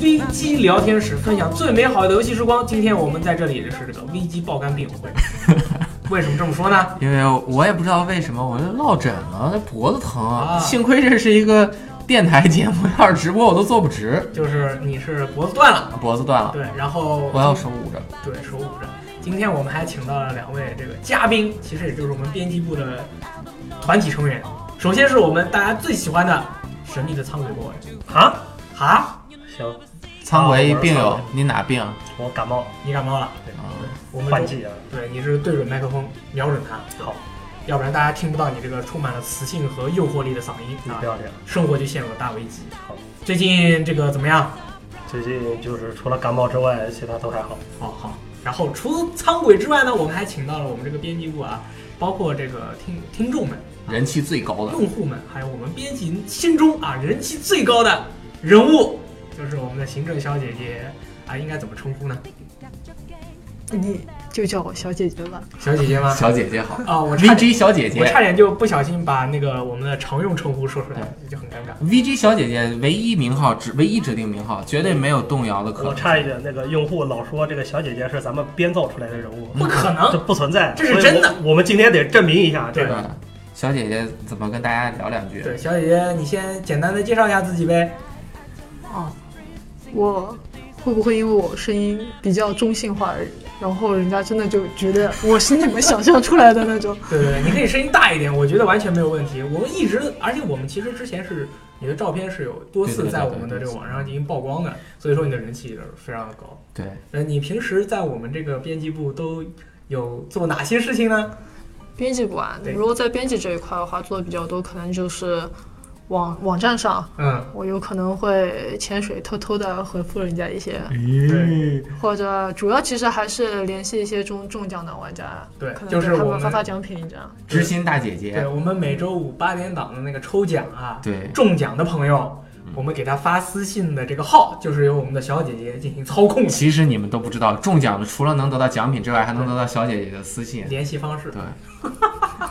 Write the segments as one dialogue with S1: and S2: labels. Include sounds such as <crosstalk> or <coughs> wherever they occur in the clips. S1: 危机聊天室，分享最美好的游戏时光。今天我们在这里是这个危机爆肝病友
S2: <laughs>
S1: 会。为什么这么说呢？
S3: 因为我也不知道为什么，我就落枕了，这脖子疼。
S1: 啊
S3: 幸亏这是一个电台节目，要是直播我都坐不直，
S1: 就是你是脖子断了，
S3: 脖子断了，
S1: 对，然后
S3: 我要手捂着。
S1: 对手捂着。今天我们还请到了两位这个嘉宾，其实也就是我们编辑部的团体成员。首先是我们大家最喜欢的神秘的苍鬼 boy，
S2: 啊，
S1: 哈，
S2: 行，
S3: 苍鬼病
S2: 啊我
S3: 友
S2: 是苍，
S3: 你哪病？
S2: 我感冒
S1: 你感冒了，
S3: 啊，
S1: 我们
S2: 换
S1: 就
S2: 季啊，
S1: 对你是对准麦克风瞄准它，
S2: 好，
S1: 要不然大家听不到你这个充满了磁性和诱惑力的嗓音
S2: 你
S1: 啊
S2: 不，要这样。
S1: 生活就陷入了大危机。
S2: 好，
S1: 最近这个怎么样？
S2: 最近就是除了感冒之外，其他都还好。
S1: 好哦好。然后除苍鬼之外呢，我们还请到了我们这个编辑部啊，包括这个听听众们、啊
S3: 人气最高的
S1: 用户们，还有我们编辑心中啊人气最高的人物，就是我们的行政小姐姐啊，应该怎么称呼呢？
S4: 你就叫我小姐姐吧。
S1: 小姐姐吗？
S3: 小姐姐好
S1: 啊，我差点
S3: ，VG 小姐
S1: 我
S3: 姐
S1: 差点就不小心把那个我们的常用称呼说出来，
S3: 嗯
S1: 就很尴尬。
S3: ，VG 小姐姐唯一名号指唯一指定名号，绝对没有动摇的可
S2: 我
S3: 能。
S2: 差一点，那个用户老说这个小姐姐是咱们编造出来的人物，啊
S1: 不可
S2: 这
S1: 能，
S2: 不存在，
S1: 这是真的
S2: 所以我。我们今天得证明一下，这个
S3: 嗯小姐姐怎么跟大家聊两句？
S1: 对，小姐姐，你先简单的介绍一下自己呗。
S4: 哦，我会不会因为我声音比较中性化，然后人家真的就觉得我是你们想象出来的那种？
S1: 对对，对，你可以声音大一点，我觉得完全没有问题。我们一直，而且我们其实之前是你的照片是有多次在我们的这个网上进行曝光的，所以说你的人气是非常的高。
S3: 对，
S1: 呃，你平时在我们这个编辑部都有做哪些事情呢？
S4: <laughs> 编辑部啊，
S1: 对
S4: 如果在编辑这一块的话，做的比较多，可能就是网网站上。
S1: 嗯，
S4: 我有可能会潜水偷偷的回复人家一些，
S1: 对
S4: 或者主要其实还是联系一些中中奖的玩家，
S1: 对
S4: 可，能
S1: 就是
S4: 给他
S1: 我
S4: 们发发
S1: 们
S4: 奖品这样。
S3: 知心大姐
S1: 对
S3: 姐，
S1: 我们每周五八点档的那个抽奖啊，
S3: 对，
S1: 中奖的朋友，我们给他发私信的这个号，就是由我们的小姐姐进行操控的
S3: 其实你们都不知道，中奖的除了能得到奖品之外，还能得到小姐姐的私信。
S1: 联系方式。
S3: 对，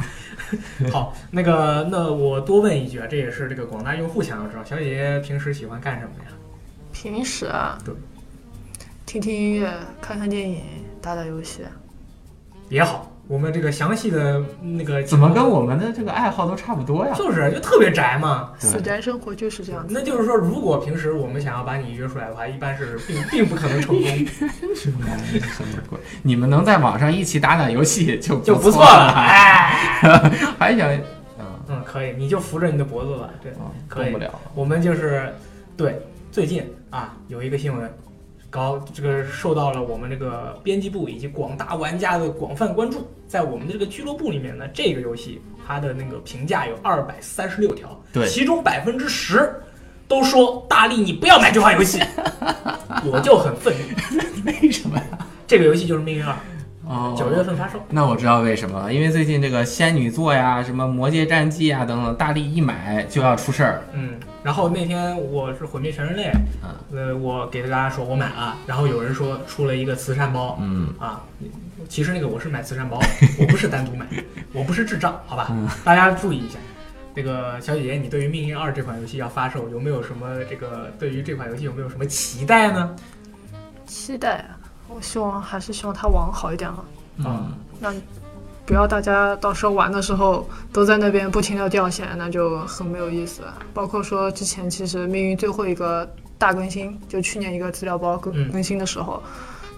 S1: <laughs> 好，那个，那我多问一句啊，这也是这个广大用户想要知道，小姐姐平时喜欢干什么呀？
S4: 平时啊
S1: 对，
S4: 听听音乐，看看电影，打打游戏。啊
S1: 也好，我们这个详细的那个
S3: 怎么跟我们的这个爱好都差不多呀？
S1: 就是就特别宅嘛。
S4: 死宅生活就是这样子。
S1: 那就是说，如果平时我们想要把你约出来的话，一般是并并不可能成
S3: <laughs>
S1: 功，
S3: 什么鬼？你们能在网上一起打打游戏就
S1: 就不错
S3: 错
S1: 了。哎，
S3: 还想，嗯，
S1: 嗯，可以，你就扶着你的脖子吧。对，
S3: 嗯
S1: 可以
S3: 动不了。
S1: 我们就是对最近啊有一个新闻，高这个受到了我们这个编辑部以及广大玩家的广泛关注。在我们的这个俱乐部里面呢，这个游戏它的那个评价有二百三十六条，
S3: 对
S1: 其中百分之十都说大力你不要买这款游
S3: <laughs>
S1: 戏，我就很愤怒。
S3: 为什么呀？
S1: 这个游戏就是《命运二》，
S3: 哦，
S1: 九月份发售。
S3: 那我知道为什么了，因为最近这个仙女座呀、什么魔界战记啊等等，大力一买就要出事儿。
S1: 嗯，然后那天我是毁灭全人类，
S3: 嗯
S1: 呃，我给大家说我买了，然后有人说出了一个慈善包，
S3: 嗯，
S1: 啊，其实那个我是买慈善包，我不是单独买，我不是智障，好吧？大家注意一下。那个小姐姐，你对于《命运二》这款游戏要发售，有没有什么这个对于这款游戏有没有什么期待呢？
S4: 期待啊，我希望还是希望它网好一点哈，
S1: 啊、
S4: 那不要大家到时候玩的时候都在那边不停的掉线，那就很没有意思了。包括说之前其实命运最后一个大更新，就去年一个资料包更
S1: 嗯
S4: 更新的时候，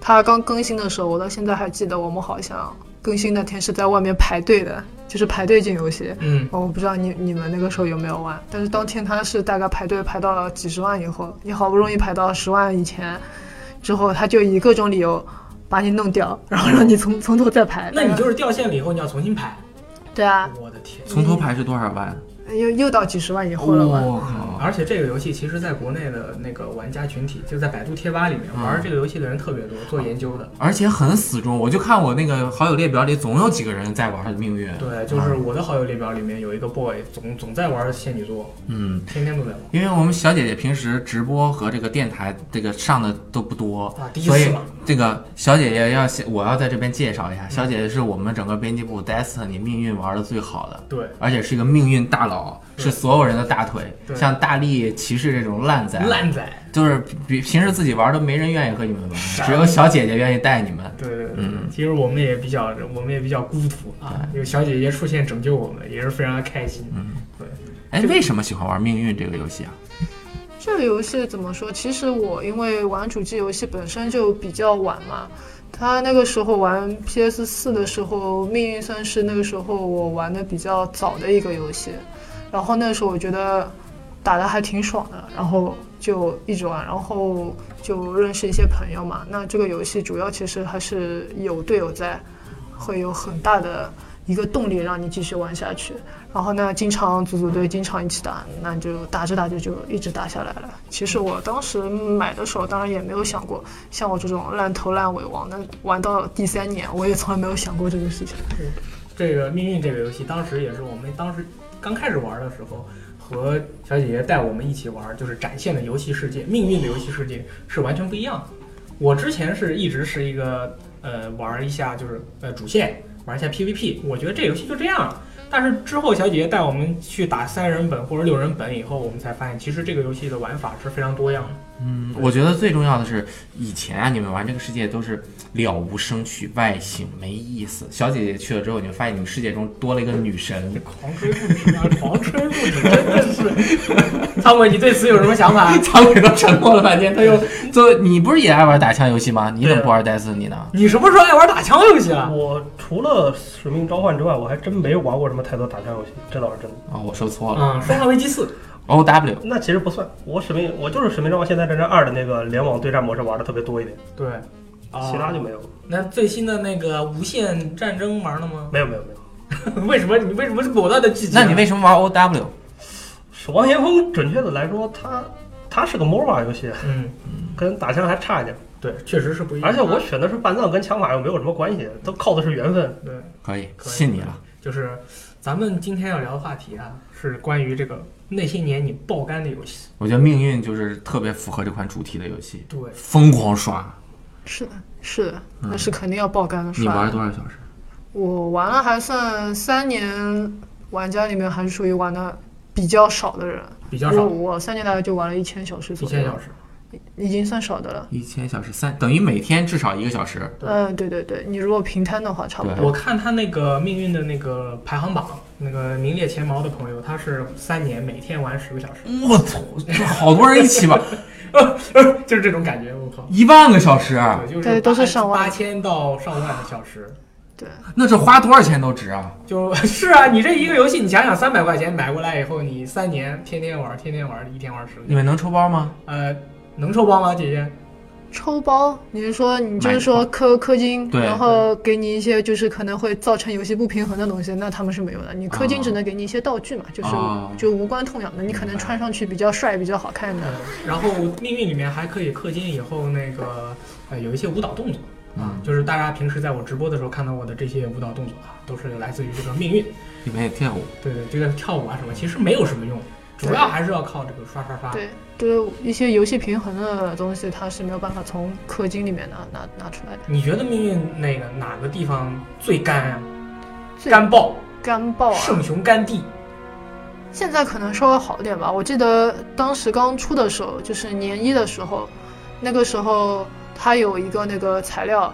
S4: 它刚更新的时候，我到现在还记得，我们好像更新那天是在外面排队的，就是排队进游戏。
S1: 嗯，
S4: 哦，我不知道你你们那个时候有没有玩，但是当天他是大概排队排到了几十万以后，你好不容易排到十万以前，之后他就以各种理由把你弄掉，然后让你从从头再排。
S1: 那你就是掉线了以后你要重新排。
S4: 对啊，
S1: 我的天！
S3: 从头排是多少万？
S4: 又又到几十万以后了嘛。
S3: 我靠！
S1: 而且这个游戏其实在国内的那个玩家群体，就在百度贴吧里面
S3: 嗯哦
S1: 玩这个游戏的人特别多，做研究的。
S3: 而且很死忠，我就看我那个好友列表里总有几个人在玩《命运》。
S1: 对，就是我的好友列表里面有一个 boy，总总在玩仙女座，
S3: 嗯，
S1: 天天都在玩。
S3: 因为我们小姐姐平时直播和这个电台这个上的都不多，
S1: 啊，第一
S3: 所
S1: 次
S3: 以
S1: 了，
S3: 这个小姐姐要先，我要在这边介
S1: 嗯
S3: 绍一下，小姐姐是我们整个编辑部 Destiny 命运玩的最好的，
S1: 对。
S3: 而且是一个命运大佬，脚是所有人的大腿，
S1: 对
S3: 像大力骑士这种烂仔，
S1: 烂仔，
S3: 就是比平时自己玩都没人愿意和你们玩，
S1: 啥
S3: 只有小姐姐愿意带你们。
S1: 对对对，
S3: 嗯
S1: 其实我们也比较，我们也比较孤独啊，有小姐姐出现拯救我们，也是非常的开心。
S3: 哎，
S1: 这个
S3: 为什么喜欢玩命运这个游戏啊？
S4: 这个游戏怎么说？其实我因为玩主机游戏本身就比较晚嘛，他那个时候玩 PS 四的时候，《命运》算是那个时候我玩的比较早的一个游戏。然后那时候我觉得打的还挺爽的，然后就一直玩，然后就认识一些朋友嘛。那这个游戏主要其实还是有队友在，会有很大的一个动力让你继续玩下去。然后呢，经常组组队，经常一起打，那就打着打着就一直打下来了。其实我当时买的时候，当然也没有想过像我这种烂头烂尾王，那玩到第三年，我也从来没有想过这个事情。
S1: 这个命运这个游戏，当时也是我们当时刚开始玩的时候，和小姐姐带我们一起玩，就是展现的游戏世界，命运的游戏世界是完全不一样的。我之前是一直是一个呃玩一下就是呃主线，玩一下 PVP，我觉得这游戏就这样了。但是之后小姐姐带我们去打三人本或者六人本以后，我们才发现其实这个游戏的玩法是非常多样的。
S3: 嗯，我觉得最重要的是，以前啊，你们玩这个世界都是了无生趣、外形没意思。小姐姐去了之后，你就发现你们世界中多了一个女神
S1: <laughs> 这。狂吹不止啊，狂吹不止，真的是。 <laughs> 汤姆，你对此有什么想 <laughs> 法？
S3: 苍鬼都沉默了半天，
S1: <laughs>
S3: 他又就你不是也爱玩打枪游戏吗？你怎么
S1: 啊
S3: 不玩戴斯尼呢？
S1: 你什么时候爱玩打枪游戏了？
S2: 我除了《使命召唤》之外，我还真没玩过什么太多打架游戏，这倒是真的。
S3: 哦，我说错了。
S1: 嗯，《生化危机四》
S3: O W，
S2: 那其实不算，我使命我就是《使命召唤：现代战争二》的那个联网对战模式玩的特别多一点，
S1: 对，啊
S2: 其他就没有了。
S1: 那最新的那个《无限战争》玩了吗？
S2: 没有没有没
S1: <laughs>
S2: 有，
S1: 为什么你为什么是果断的拒绝？
S3: 那你为什么玩 O W？
S2: 守望先锋准确的来说，它它是个 MOBA 游戏，
S1: 嗯，
S2: 跟打枪还差一点。
S1: 对，确实是不一样。啊
S2: 而且我选的是半藏，跟枪法又没有什么关系，都靠的是缘分。
S1: 对，
S3: 可以，
S1: 可以
S3: 信你了。
S1: 就是咱们今天要聊的话题啊，是关于这个那些年你爆肝的游戏。
S3: 我觉得命运就是特别符合这款主题的游戏，
S1: 对，
S3: 疯狂刷。
S4: 是的，是的，那是肯定要爆肝的
S3: 你
S4: 刷。
S3: 玩了多少小时？
S4: 我玩了还算三年玩家里面还是属于玩的比较少的人，
S1: 比较
S4: 我
S1: 少，
S4: 我三年大概就玩了一千小时
S1: 一
S4: 左右，
S1: 千小时。
S4: 已经算少的了。
S3: 一千小时三，等于每天至少一个小时。
S1: 对
S4: 嗯，对对对，你如果平摊的话，差不
S3: 对
S4: 多。
S1: 我看他那个命运的那个排行榜，那个名列前茅的朋友，他是三年每天玩十个小时， <laughs>
S3: 我操，这好多人一起玩，
S1: 就是这种感觉。我靠，
S3: 一万个小时，啊
S1: 对，就是
S4: 对都是
S1: 八
S4: 上万
S1: 八千到上万的小时。
S4: 对，
S3: 那这花多少钱都值啊！
S1: 就 <laughs> 是啊，你这一个游戏，你想想，三百块钱买过来以后，你三年天天玩，天天玩，一天玩十个
S3: 你，们能抽包吗？
S1: 呃，能抽包吗，姐姐？
S4: 抽包，你是说你就
S3: 买
S4: 是说氪氪金，
S3: 对
S4: 然后给你一些就是可能会造成游戏不平衡的东西，那他们是没有的。你氪金
S3: 哦
S4: 只能给你一些道具嘛，就是
S3: 哦
S4: 就无关痛痒的，你可能穿上去比较帅、比较好看的。
S1: 然后命运里面还可以氪金以后那个呃有一些舞蹈动作
S3: 嗯
S1: 啊，就是大家平时在我直播的时候看到我的这些舞蹈动作啊，都是来自于这个命运。
S3: 你们也跳舞，
S1: 对对，这个跳舞啊什么，其实没有什么用，主要还是要靠这个刷刷刷。
S4: 对，就是一些游戏平衡的东西，它是没有办法从氪金里面拿拿拿出来的。
S1: 你觉得命运那个哪个地方最干啊？
S4: 最
S1: 干爆，
S4: 干爆啊！
S1: 圣雄甘地。
S4: 现在可能稍微好一点吧。我记得当时刚出的时候，就是年一的时候，那个时候它有一个那个材料，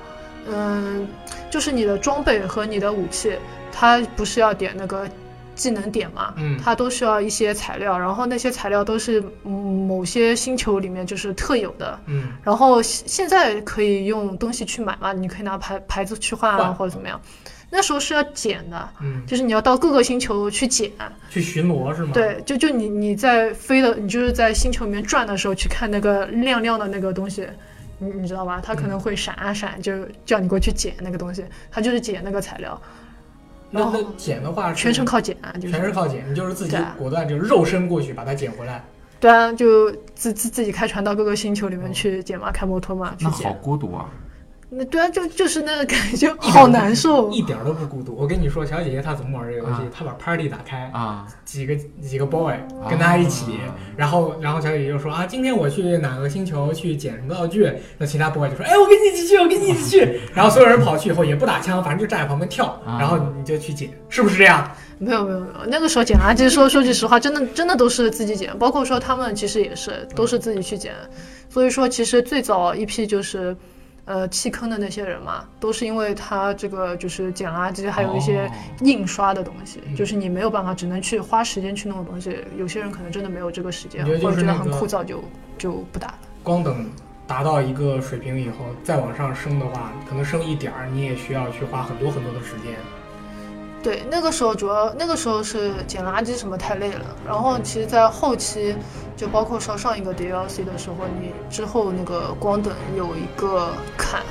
S4: 嗯，就是你的装备和你的武器，它不是要点那个技能点嘛，
S1: 嗯
S4: 它都需要一些材料，然后那些材料都是嗯某些星球里面就是特有的。
S1: 嗯，
S4: 然后现现在可以用东西去买嘛，你可以拿牌牌子去换啊，
S1: 换
S4: 或者怎么样。那时候是要捡的，
S1: 嗯，
S4: 就是你要到各个星球去啊捡，
S1: 去巡逻是吗？，
S4: 对，就就你你在飞的，你就是在星球里面转的时候去看那个亮亮的那个东西，你你知道吧？它可
S1: 嗯
S4: 能会闪啊闪，就叫你过去捡那个东西，它就是捡那个材料，
S1: 那
S4: 然后
S1: 那捡的话是
S4: 全程靠捡啊，就
S1: 全是
S4: 是
S1: 靠捡，你就是自己
S4: 对啊
S1: 果断就肉身过去把它捡回来。
S4: 对啊，
S1: 哦
S4: 就自自自己开船到各个星球里面去捡嘛，开摩托嘛去
S3: 那好
S4: 捡，
S3: 孤独啊！
S4: 那对啊，就就是那个感觉好难受。
S1: 一点都不孤独。我跟你说，小姐姐她怎么玩这个游戏
S3: 啊？
S1: 她把 party 打开，
S3: 啊，
S1: 几个几个 boy 跟大家一起，然后然后小姐姐就说啊，今天我去哪个星球去捡什么道具，那其他 boy 就说，哎，我跟你一起去，我跟你一起去。然后所有人跑去以后也不打枪，反正就站在旁边跳，
S3: 啊
S1: 然后你就去捡，是不是这样？
S4: 没有没有没有，那个时候剪垃圾说说句实话，真的真的都是自己剪，包括说他们其实也是都是自己去剪，所以说其实最早一批就是。呃，弃坑的那些人嘛，都是因为他这个就是捡垃圾，还有一些
S3: 哦
S4: 印刷的东西，
S1: 嗯
S4: 就是你没有办法，只能去花时间去弄的东西。有些人可能真的没有这个时间，
S1: 我觉得就
S4: 或者
S1: 是
S4: 觉得
S1: 那
S4: 很
S1: 个
S4: 枯燥就就不打了。
S1: 光等达到一个水平以后，再往上升的话，可能升一点儿，你也需要去花很多很多的时间。
S4: 对，那个时候主要那个时候是捡垃圾什么太累了，然后其实，在后期就包括上上一个 DLC 的时候，你之后那个光等有一个坎，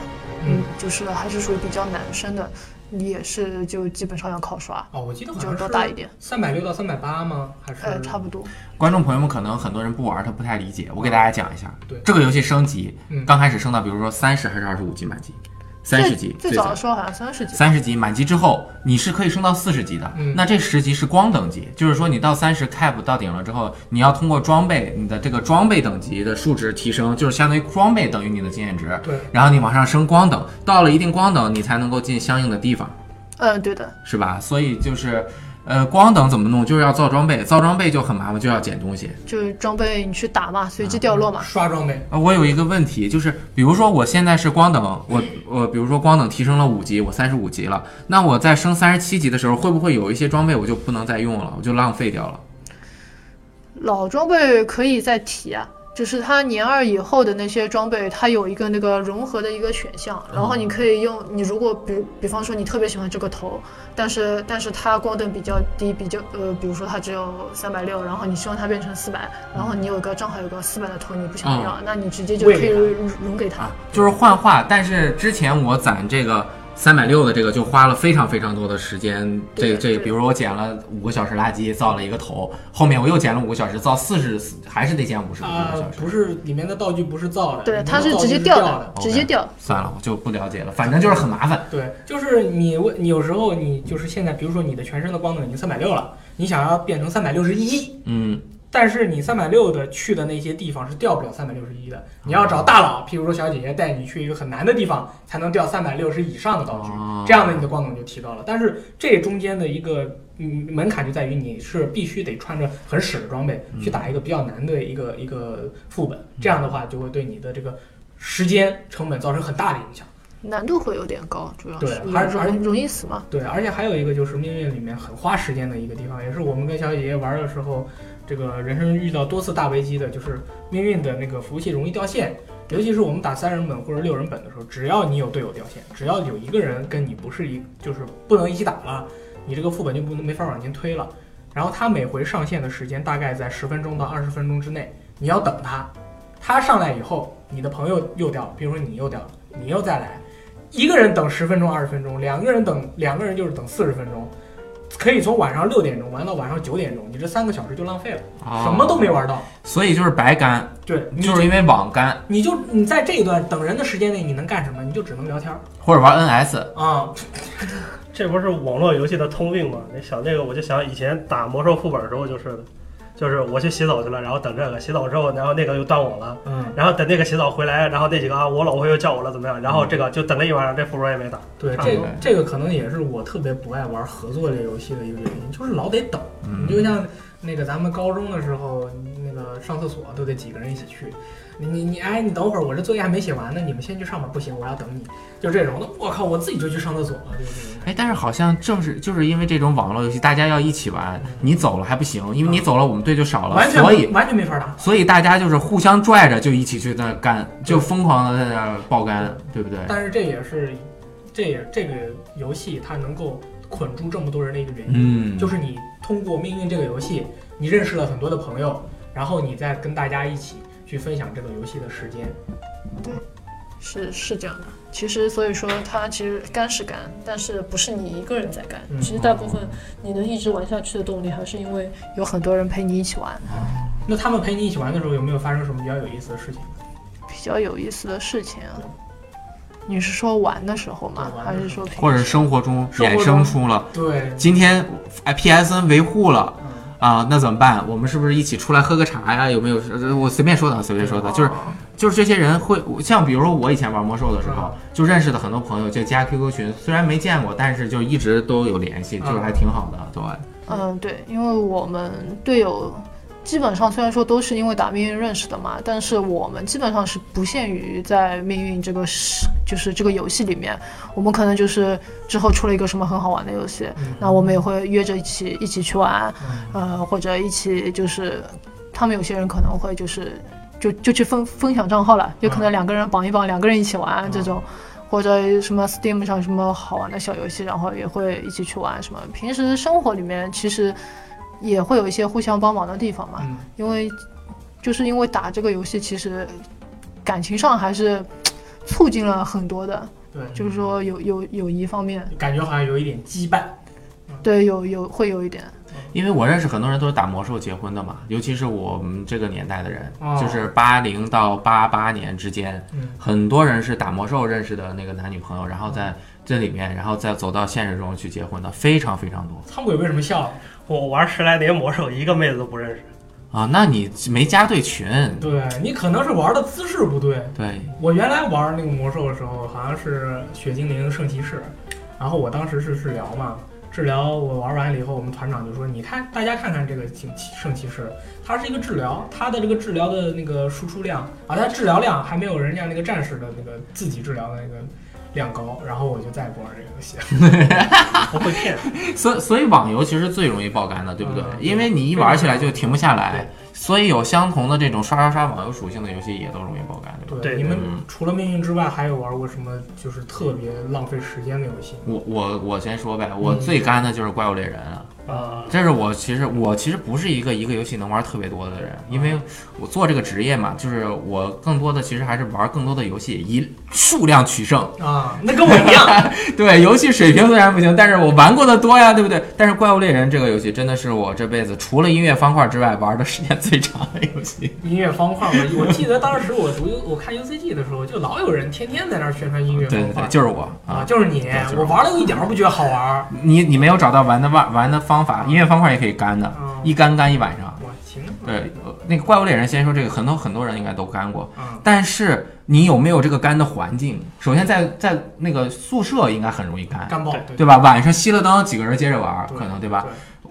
S1: 嗯
S4: 嗯，就是还是属于比较难升的，你也是就基本上要靠刷，
S1: 哦，我记得好
S4: 就
S1: 像
S4: 是
S1: 是
S4: 多打一点，
S1: 三百六到三百八吗？还是
S4: 呃，差不多。
S3: 观众朋友们可能很多人不玩，他不太理解。我给大家讲一下，
S1: 对
S3: 这个游戏升级
S1: 嗯，
S3: 刚开始升到比如说三十还是二十五级满级，三十级
S4: 最最早的时候好像三十级，
S3: 三十级满级之后，你是可以升到四十级的。
S1: 嗯
S3: 那这十级是光等级，就是说你到三十 cap 到顶了之后，你要通过装备，你的这个装备等级的数值提升，就是相当于装备等于你的经验值。
S1: 对，
S3: 然后你往上升光等，到了一定光等，你才能够进相应的地方，
S4: 嗯，对的，
S3: 是吧？所以就是，呃，光等怎么弄，就是要造装备，造装备就很麻烦，就要捡东西。
S4: 就是装备你去打嘛，随机掉落嘛，
S1: 刷装备。
S3: 啊，我有一个问题，就是比如说我现在是光等，我我比如说光等提升了五级，我三十五级了，那我在升三十七级的时候，会不会有一些装备我就不能再用了，我就浪费掉了？
S4: 老装备可以再提啊，就是它年二以后的那些装备，它有一个那个融合的一个选项，然后你可以用你如果比比方说你特别喜欢这个头，但是但是它光盾比较低，比较呃，比如说它只有三百六，然后你希望它变成四百，然后你有个正好有个四百的头你不想要，那你直接就可以
S1: 喂
S4: 融融给它
S3: 啊，，就是幻化，但是之前我攒这个。三百六的这个就花了非常非常多的时间，这
S4: 对
S3: 这，
S4: 对
S3: 比如说我捡了五个小时垃圾造了一个头，后面我又捡了五个小时造四十，还是得捡五十个
S1: 啊、
S3: 小时。
S1: 不是里面的道具不是造的，里
S4: 对，
S1: 面的
S4: 它是
S1: 道具
S4: 直接
S1: 嗯掉哦
S4: 掉的，直接掉。
S3: 算了，我就不了解了，反正就是很麻烦。
S1: 对，就是你为你有时候你就是现在，比如说你的全身的光等已经三百六了，你想要变成三百六十一，
S3: 嗯，
S1: 但是你三百六的去的那些地方是掉不了三百六十一的，你要找大佬，譬如说小姐姐带你去一个很难的地方，才能掉三百六十以上的道具，
S3: 哦
S1: 这样呢你的光等就提高了。但是这中间的一个嗯门槛就在于你是必须得穿着很屎的装备去打一个比较难的一个一个副本，这样的话就会对你的这个时间成本造成很大的影响。
S4: 难度会有点高，主要
S1: 对
S4: 是
S1: 还是还是
S4: 容容易死嘛。
S1: 对，而且还有一个就是命运里面很花时间的一个地方，也是我们跟小姐姐玩的时候，这个人生遇到多次大危机的，就是命运的那个服务器容易掉线，尤其是我们打三人本或者六人本的时候，只要你有队友掉线，只要有一个人跟你不是一，就是不能一起打了，你这个副本就不能没法往前推了。然后他每回上线的时间大概在十分钟到二十分钟之内，你要等他，他上来以后，你的朋友又掉了，比如说你又掉了，你又再来，一个人等十分钟、二十分钟，两个人等两个人就是等四十分钟，可以从晚上六点钟玩到晚上九点钟，你这三个小时就浪费了，什么都没玩到。
S3: 所以就是白干，
S1: 对，你
S3: 哦就是因为网干
S1: 你就你在这一段等人的时间内，你能干什么？你就只能聊天儿
S3: 或者玩 NS，
S1: 啊、
S2: 这不是网络游戏的通病吗？你想这个，我就想以前打魔兽副本的时候就是的，就是我去洗澡去了，然后等这个，洗澡之后，然后那个又断网了，
S1: 嗯，
S2: 然后等那个洗澡回来，然后那几个啊，我老婆又叫我了，怎么样？然后这个就等了一晚上，这副本也没打。
S1: 对，
S3: 差不
S1: 这
S3: 多
S1: 个这个可能也是我特别不爱玩合作类游戏的一个原因，就是老得等。
S3: 嗯
S1: 你就像那个咱们高中的时候，那个上厕所都得几个人一起去。你你你，哎，你等会儿，我这作业还没写完呢，你们先去上吧。不行，我要等你。就这种的，我靠，我自己就去上厕所了，就是这种。
S3: 哎，但是好像正是就是因为这种网络游戏，大家要一起玩，你走了还不行，因为你走了我们队就少了，
S1: 嗯完全
S3: 所以
S1: 完全没法打。
S3: 所以大家就是互相拽着就一起去那干，就疯狂的在那儿爆肝，对不对？
S1: 但是这也是，这也这个游戏它能够捆住这么多人的一个原因，
S3: 嗯，
S1: 就是你通过命运这个游戏，你认识了很多的朋友，然后你再跟大家一起去分享这个游戏的时间。
S4: 是是这样的，其实所以说它其实干是干，但是不是你一个人在干。
S1: 嗯
S4: 其实大部分你能一直玩下去的动力，还是因为有很多人陪你一起玩。
S1: 那他们陪你一起玩的时候，有没有发生什么比较有意思的事情？
S4: 比较有意思的事情啊，你是说玩的时候吗
S1: 对？玩的
S4: 还是
S1: 时
S4: 说
S1: 候
S4: 平
S3: 或者
S4: 时
S3: 生活中
S4: 生活
S3: 衍
S4: 中
S3: 生出了
S1: 对，
S3: 今天哎 PSN 维护了。
S1: 嗯，
S3: 啊，那怎么办？我们是不是一起出来喝个茶呀？有没有？呃我随便说的啊，随便说
S1: 哦
S3: 的，
S4: 哦
S3: 就是就是这些人会像，比如说我以前玩魔兽的时候，
S1: 嗯
S3: 就认识的很多朋友，就加 QQ 群，虽然没见过，但是就一直都有联系，
S1: 嗯
S3: 就是还挺好的，对。
S4: 嗯，对，因为我们队友基本上虽然说都是因为打命运认识的嘛，但是我们基本上是不限于在命运这个是就是这个游戏里面，我们可能就是之后出了一个什么很好玩的游戏，
S1: 嗯
S4: 那我们也会约着一起一起去玩，呃，或者一起就是他们有些人可能会就是就就去分分享账号了，有可能两个人绑一绑，两个人一起玩这种。或者什么 Steam 上什么好玩的小游戏，然后也会一起去玩什么。平时生活里面其实也会有一些互相帮忙的地方嘛，
S1: 嗯
S4: 因为就是因为打这个游戏，其实感情上还是促进了很多的，
S1: 对，
S4: 就是说友友友谊方面，
S1: 感觉好像有一点羁绊。
S4: 对有有会有一点，
S3: 因为我认识很多人都是打魔兽结婚的嘛，尤其是我们这个年代的人，
S1: 哦
S3: 就是八零到八八年之间，
S1: 嗯
S3: 很多人是打魔兽认识的那个男女朋友，然后
S1: 嗯
S3: 在这里面，然后再走到现实中去结婚的，非常非常多
S1: 苍鬼为什么笑？
S2: 我玩十来年魔兽，一个妹子都不认识。
S3: 啊。那你没加对群，
S1: 对你可能是玩的姿势不对。
S3: 对，
S1: 我原来玩那个魔兽的时候，好像是血精灵圣骑士，然后我当时是治疗嘛，治疗我玩完了以后，我们团长就说：“你看，大家看看这个圣圣骑士，它是一个治疗，它的这个治疗的那个输出量啊，它治疗量还没有人家那个战士的那个自己治疗的那个量高。”然后我就再也不玩这个游戏了。
S2: 不会骗，
S3: 所所以网游其实最容易爆肝的，对不对？
S1: 嗯
S3: 因为你一玩起来就停不下来
S1: 对，
S3: 所以有相同的这种刷刷刷网游属性的游戏也都容易爆肝，对吧？
S1: 对，
S2: 对
S1: 你们
S3: 嗯
S1: 除了命运之外，还有玩过什么就是特别浪费时间的游戏？
S3: 我我我先说呗，我最肝的就是怪物猎人啊。
S2: 啊，
S3: 这是我其实我其实不是一个一个游戏能玩特别多的人，因为我做这个职业嘛，就是我更多的其实还是玩更多的游戏，以数量取胜。
S1: 啊，那跟我一样。
S3: 对，游戏水平虽然不行，但是我玩过的多呀，对不对？但是《怪物猎人》这个游戏真的是我这辈子除了音乐方块之外玩的时间最长的游戏。
S1: <laughs> 音乐方块，我我记得当时我读我看 UCG 的时候，就老有人天天在那儿宣传音乐
S3: 对
S1: 方
S3: 对
S1: 块
S3: 对，就是我
S1: 啊，
S3: 啊。
S1: 就是你
S3: 对就是，我
S1: 我玩了一点儿不觉得好玩儿。
S3: 你你没有找到玩的玩玩的方法，音乐方块也可以干的，
S1: 嗯，
S3: 一干干一晚上。
S1: 我行，
S3: 对，呃那个怪物猎人先说这个，很多很多人应该都干过，
S1: 嗯，
S3: 但是你有没有这个干的环境？首先在在那个宿舍应该很容易干，
S1: 干爆，对
S3: 对吧？晚上熄了灯，几个人接着玩，
S1: 对
S3: 可能对吧？？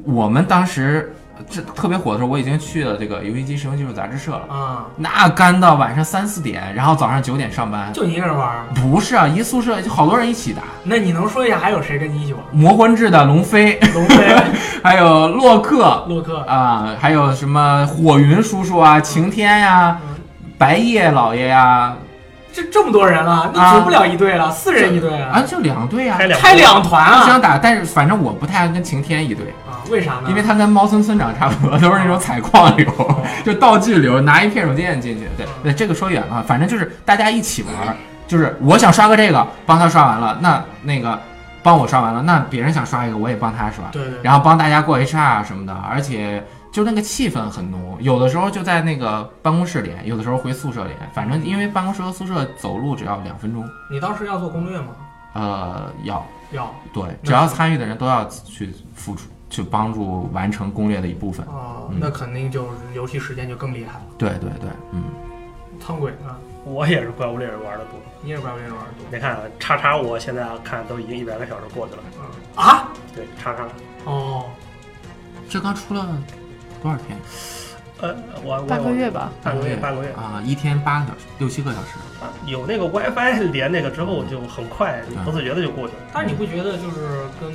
S3: 我们当时呃这特别火的时候，我已经去了这个游戏机使用技术杂志社了，
S1: 啊，
S3: 那干到晚上三四点，然后早上九点上班。
S1: 就你一个人玩儿，
S3: 不是啊，一宿舍就好多人一起打，
S1: 那你能说一下还有谁跟你一起玩儿？ <laughs>
S3: 魔魂志的龙飞，
S1: 龙飞、
S3: 还有洛克
S1: 洛克，
S3: 啊、还有什么火云叔叔啊、晴天呀、
S1: 嗯
S3: 白夜老爷呀、
S1: 这这么多人了，你
S3: 啊
S1: 组不了一队了，四人一队
S3: 啊，
S1: 啊，
S3: 就两队啊，
S2: 开两
S1: 开两团
S3: 互
S1: 啊
S3: 相打，但是反正我不太爱跟晴天一队，
S1: 啊？为啥呢？
S3: 因为他跟猫村村长差不多，都是那种采矿流，就道具流，拿一片手剑进去。对对，这个说远了，反正就是大家一起玩儿，就是我想刷个这个，帮他刷完了，那那个帮我刷完了，那别人想刷一个，我也帮他刷，
S1: 对对对，
S3: 然后帮大家过 HR 啊什么的，而且。就那个气氛很浓，有的时候就在那个办公室里，有的时候回宿舍里，反正因为办公室和宿舍走路只要两分钟，
S1: 你当时要做攻略吗？
S3: 呃，要
S1: 要
S3: 对，
S1: 那
S3: 只要
S1: 是
S3: 参与的人都要去付出，去帮助完成攻略的一部分。
S1: 啊
S3: 嗯，
S1: 那肯定就是游戏时间就更厉害了。
S3: 对对对，嗯，
S1: 苍鬼呢？
S2: 我也是怪物猎人玩的多。
S1: 你也是外国人玩的多
S2: 你看啊，叉叉，我现在看都已经一百个小时过去了。
S1: 啊？
S2: 对，叉叉，
S1: 哦，
S3: 这刚出了多少天？
S2: 呃，我我
S4: 半个月吧。
S2: 半个月半个月
S3: 啊，一天八个小时，六七个小时。
S2: 啊，有那个 WiFi <laughs> 连那个之
S1: 嗯
S2: 后就很快，你不自觉的就过去了。
S1: 但是你不觉得就是跟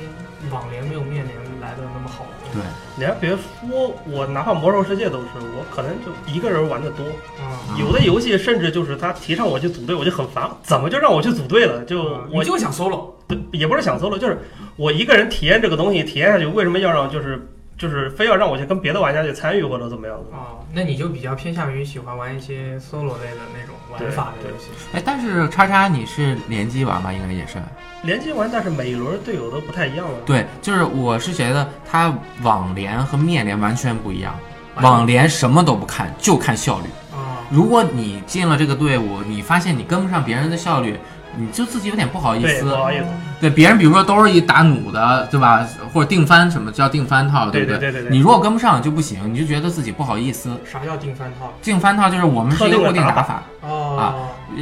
S1: 网联没有面联来的那么好玩吗？
S3: 对，
S2: 你还别说，我哪怕魔兽世界都是，我可能就一个人玩的多。
S1: 嗯，
S2: 有的游戏甚至就是他提倡我去组队，我就很烦，怎么就让我去组队了？就
S1: 我
S2: 我
S1: 啊嗯就想 solo，
S2: 也不是想 solo，就是我一个人体验这个东西，体验下去为什么要让就是就是非要让我去跟别的玩家去参与或者怎么样的？
S1: 啊，那你就比较偏向于喜欢玩一些 solo 类的那种玩法的游戏。
S3: 哎，但是叉叉你是联机玩吧？应该也是。
S2: 联机玩，但是每一轮队友都不太一样了。
S3: 对，就是我是觉得它网联和面联完全不一样。
S1: 完全
S3: 哎网联什么都不看，就看效率。
S1: 啊，
S3: 如果你进了这个队伍，你发现你跟不上别人的效率，你就自己有点不好意
S2: 对，不
S3: 思。
S2: 好意思，
S3: 对别人，比如说都是一打弩的，对吧？或者定番什么叫定番套，
S2: 对
S3: 不
S2: 对对对对
S3: 你如果跟不上就不行，你就觉得自己不好意思。
S1: 啥叫定番套？
S3: 定番套就是我们是一个固定打法，啊
S1: 哦，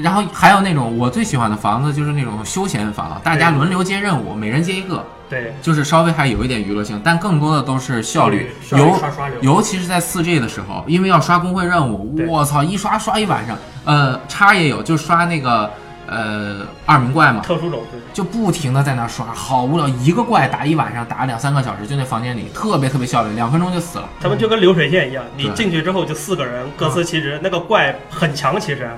S3: 然后还有那种我最喜欢的房子就是那种休闲房，大家轮流接任务，每人接一个，
S2: 对
S3: 就是稍微还有一点娱乐性，但更多的都是效率。
S1: 刷
S3: 有
S1: 刷刷流，
S3: 尤其是在四 G 的时候，因为要刷工会任务
S2: 对，
S3: 我操，一刷刷一晚上。呃，叉也有，就刷那个呃二名怪嘛，
S2: 特殊种对
S3: 就不停的在那刷，好无聊，一个怪打一晚上，打两三个小时，就那房间里特别特别效率，两分钟就死了。
S2: 他们就跟流水线一样，你
S3: 对
S2: 进去之后就四个人各司其职，那个怪很强，其实。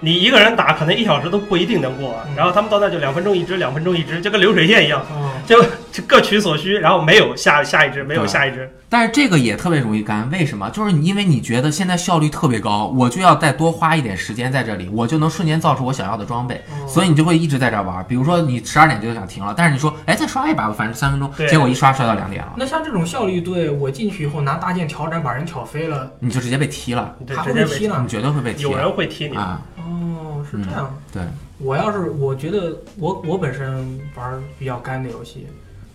S2: 你一个人打可能一小时都不一定能过
S1: 嗯，
S2: 然后他们到那就两分钟一只，两分钟一只，就跟流水线一样，
S1: 哦，
S2: 就就各取所需，然后没有下下一只，没有
S3: 对
S2: 下一只，
S3: 但是这个也特别容易干，为什么？就是你因为你觉得现在效率特别高，我就要再多花一点时间在这里，我就能瞬间造出我想要的装备，
S2: 嗯
S1: 哦
S3: 所以你就会一直在这儿玩。比如说你十二点就想停了，但是你说，哎，再刷一把吧，反正三分钟
S2: 对，
S3: 结果一刷刷到两点了，
S1: 那像这种效率队，我进去以后拿大剑挑斩把人挑飞了，
S3: 你就直接被踢了，
S2: 对，
S1: 还
S2: 直
S1: 会
S2: 接
S1: 被
S2: 被
S1: 踢呢
S3: 你。绝对会被踢
S2: 有人会踢你，
S3: 啊！
S1: 哦，是这样。
S3: 对，
S1: 我要是我觉得我我本身玩比较干的游戏，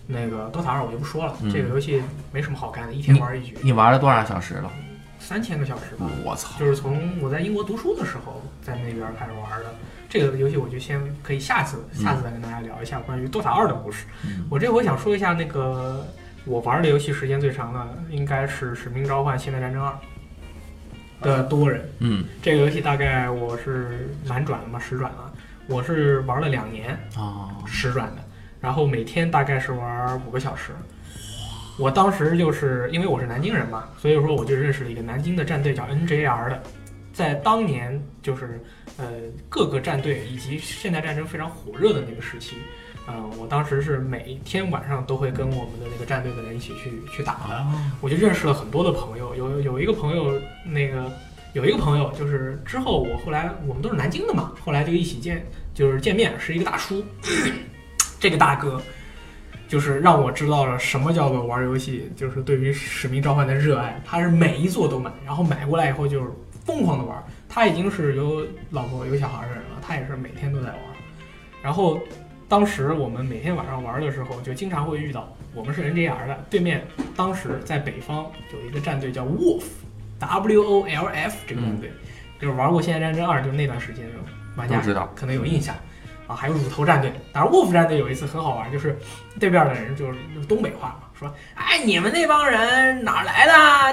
S1: 那个《DOTA 二》我就不说了，
S3: 嗯
S1: 这个游戏没什么好干的，一天玩一局，
S3: 你玩了多少小时了？
S1: 三千个小时吧。
S3: 嗯我操！
S1: 就是从我在英国读书的时候，在那边开始玩的。这个游戏我就先可以下次
S3: 嗯
S1: 下次再跟大家聊一下关于《DOTA 二》的故事。
S3: 嗯
S1: 我这回想说一下那个我玩的游戏时间最长的，应该是《使命召唤：现代战争二》的多人。
S3: 嗯
S1: 这个游戏大概我是满转嘛，十转了，我是玩了两年。
S3: 哦，
S1: 十转的，然后每天大概是玩五个小时。我当时就是因为我是南京人嘛，所以说我就认识了一个南京的战队叫 NJR 的，在当年就是呃各个战队以及现代战争非常火热的那个时期，呃，我当时是每天晚上都会跟我们的那个战队的人一起去去打的，我就认识了很多的朋友，有有一个朋友那个有一个朋友就是之后我后来我们都是南京的嘛，后来就一起见就是见面是一个大叔，这个大哥就是让我知道了什么叫做玩游戏，就是对于使命召唤的热爱，他是每一座都买，然后买过来以后就是疯狂的玩，他已经是有老婆有小孩的人了，他也是每天都在玩，然后。当时我们每天晚上玩的时候，就经常会遇到，我们是 NJR 的，对面当时在北方有一个战队叫 Wolf，W O L F 这个战队，就是玩过《现代战争二》就是那段时间的玩家
S3: 嗯都知道
S1: 可能有印象啊，还有乳头战队，当然 Wolf 战队有一次很好玩，就是对面的人就是就是东北话嘛，说哎你们那帮人哪儿来的？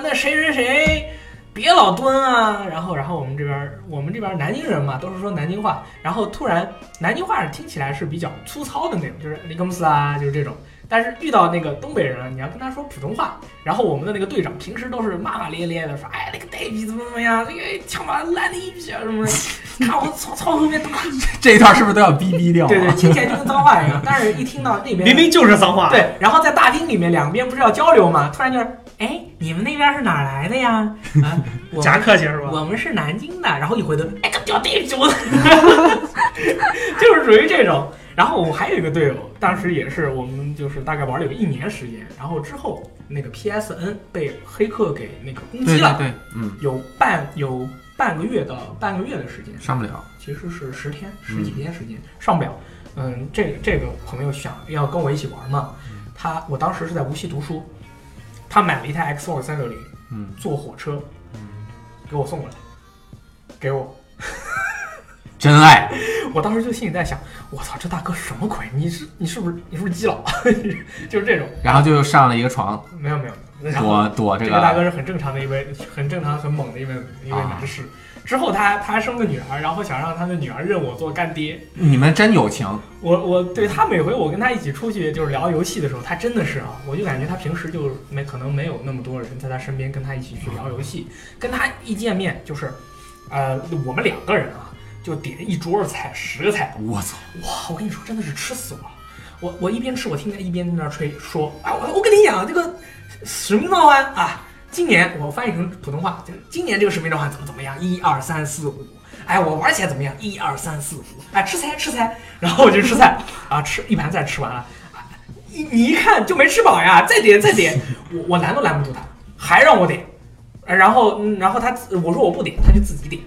S1: 那谁谁谁。别老蹲啊！然后，然后我们这边，我们这边南京人嘛，都是说南京话。然后突然，南京话是听起来是比较粗糙的那种，就是你公司啊，就是这种。但是遇到那个东北人啊，你要跟他说普通话，然后我们的那个队长平时都是骂骂咧咧的，说哎那个呆逼怎么怎么样，那个枪法烂的一逼啊什么的，看我操操后面打，
S3: 这一段是不是都要逼逼掉啊？
S2: <laughs>
S1: 对对，听起来就跟脏话一样，但是一听到那边
S2: 明明就是脏话，
S1: 对，然后在大厅里面两边不是要交流嘛，突然就是哎你们那边是哪儿来的呀？啊，我
S2: <laughs> 假客气是吧？
S1: 我们是南京的，然后一回头，哎，个屌地
S2: <laughs>
S1: 球的，就是属于这种。然后我还有一个队友，当时也是我们就是大概玩了有一年时间，然后之后那个 PSN 被黑客给那个攻
S3: 对
S1: 击了，
S3: 对对，嗯，
S1: 有半有半个月到半个月的时间，
S3: 上不了。
S1: 其实是十天
S3: 嗯
S1: 十几天时间、上不了。嗯，这个这个朋友想要跟我一起玩嘛，
S3: 嗯
S1: 他我当时是在无锡读书，他买了一台 Xbox 三六零，
S3: 嗯，
S1: 坐火车，给我送过来，给我。 <laughs>
S3: 真爱，
S1: 我当时就心里在想，我操，这大哥什么鬼？你是你是不是你是不是基佬？ <laughs> 就是这种，
S3: 然后就上了一个床，
S1: 没有没有，没有然后
S3: 躲躲
S1: 这
S3: 这
S1: 个大
S3: 个
S1: 哥是很正常的一位，很正常很猛的一位一位
S3: 啊
S1: 男士。之后他他还生个女儿，然后想让他的女儿认我做干爹。
S3: 你们真友情，
S1: 我我对他每回我跟他一起出去就是聊游戏的时候，他真的是啊，我就感觉他平时就没可能没有那么多人在他身边跟他一起去聊游戏， <laughs> 跟他一见面就是，呃，我们两个人啊就点一桌子菜，十个菜，
S3: 我操，
S1: 哇，啊我跟你说真的是吃死我了，我我一边吃我听他一边在那儿吹说啊，我我跟你讲这个使命召唤啊，今年我翻译成普通话，就今年这个使命召唤怎么怎么样，一二三四五。哎，我玩起来怎么样？一二三四五，哎，吃菜吃菜，然后我就吃菜啊，吃一盘菜吃完了，啊你你一看就没吃饱呀，再点再点，我我拦都拦不住他，还让我点，然后嗯然后他自我说我不点，他就自己点，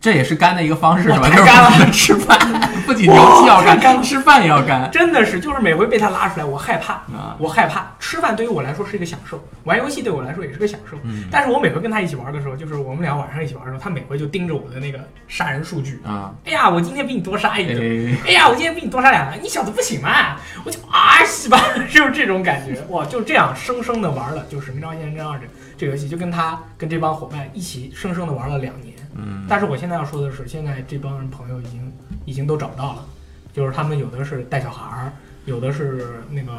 S3: 这也是干的一个方式，是吧？
S1: 哇
S3: 就
S1: 太
S3: 是
S1: 干了
S3: 我们吃饭，
S1: <laughs>
S3: 不仅游戏要
S1: 哇太干
S3: 干，吃饭也要干
S1: 真的是，就是每回被他拉出来，我害怕，
S3: 啊。
S1: 我害怕。吃饭对于我来说是一个享受，玩游戏对我来说也是个享受。
S3: 嗯
S1: 但是我每回跟他一起玩的时候，就是我们俩晚上一起玩的时候，他每回就盯着我的那个杀人数据。
S3: 啊，
S1: 哎呀，我今天比你多杀一个，
S3: 哎，
S1: 哎呀，我今天比你多杀两个，你小子不行啊！我就啊西吧，就是这种感觉，哇，就这样生生的玩了，就是《使命召唤：先生二》这这个游戏，就跟他跟这帮伙伴一起生生的玩了两年。
S3: 嗯，
S1: 但是我现在要说的是，现在这帮人朋友已经已经都找到了，就是他们有的是带小孩儿，有的是那个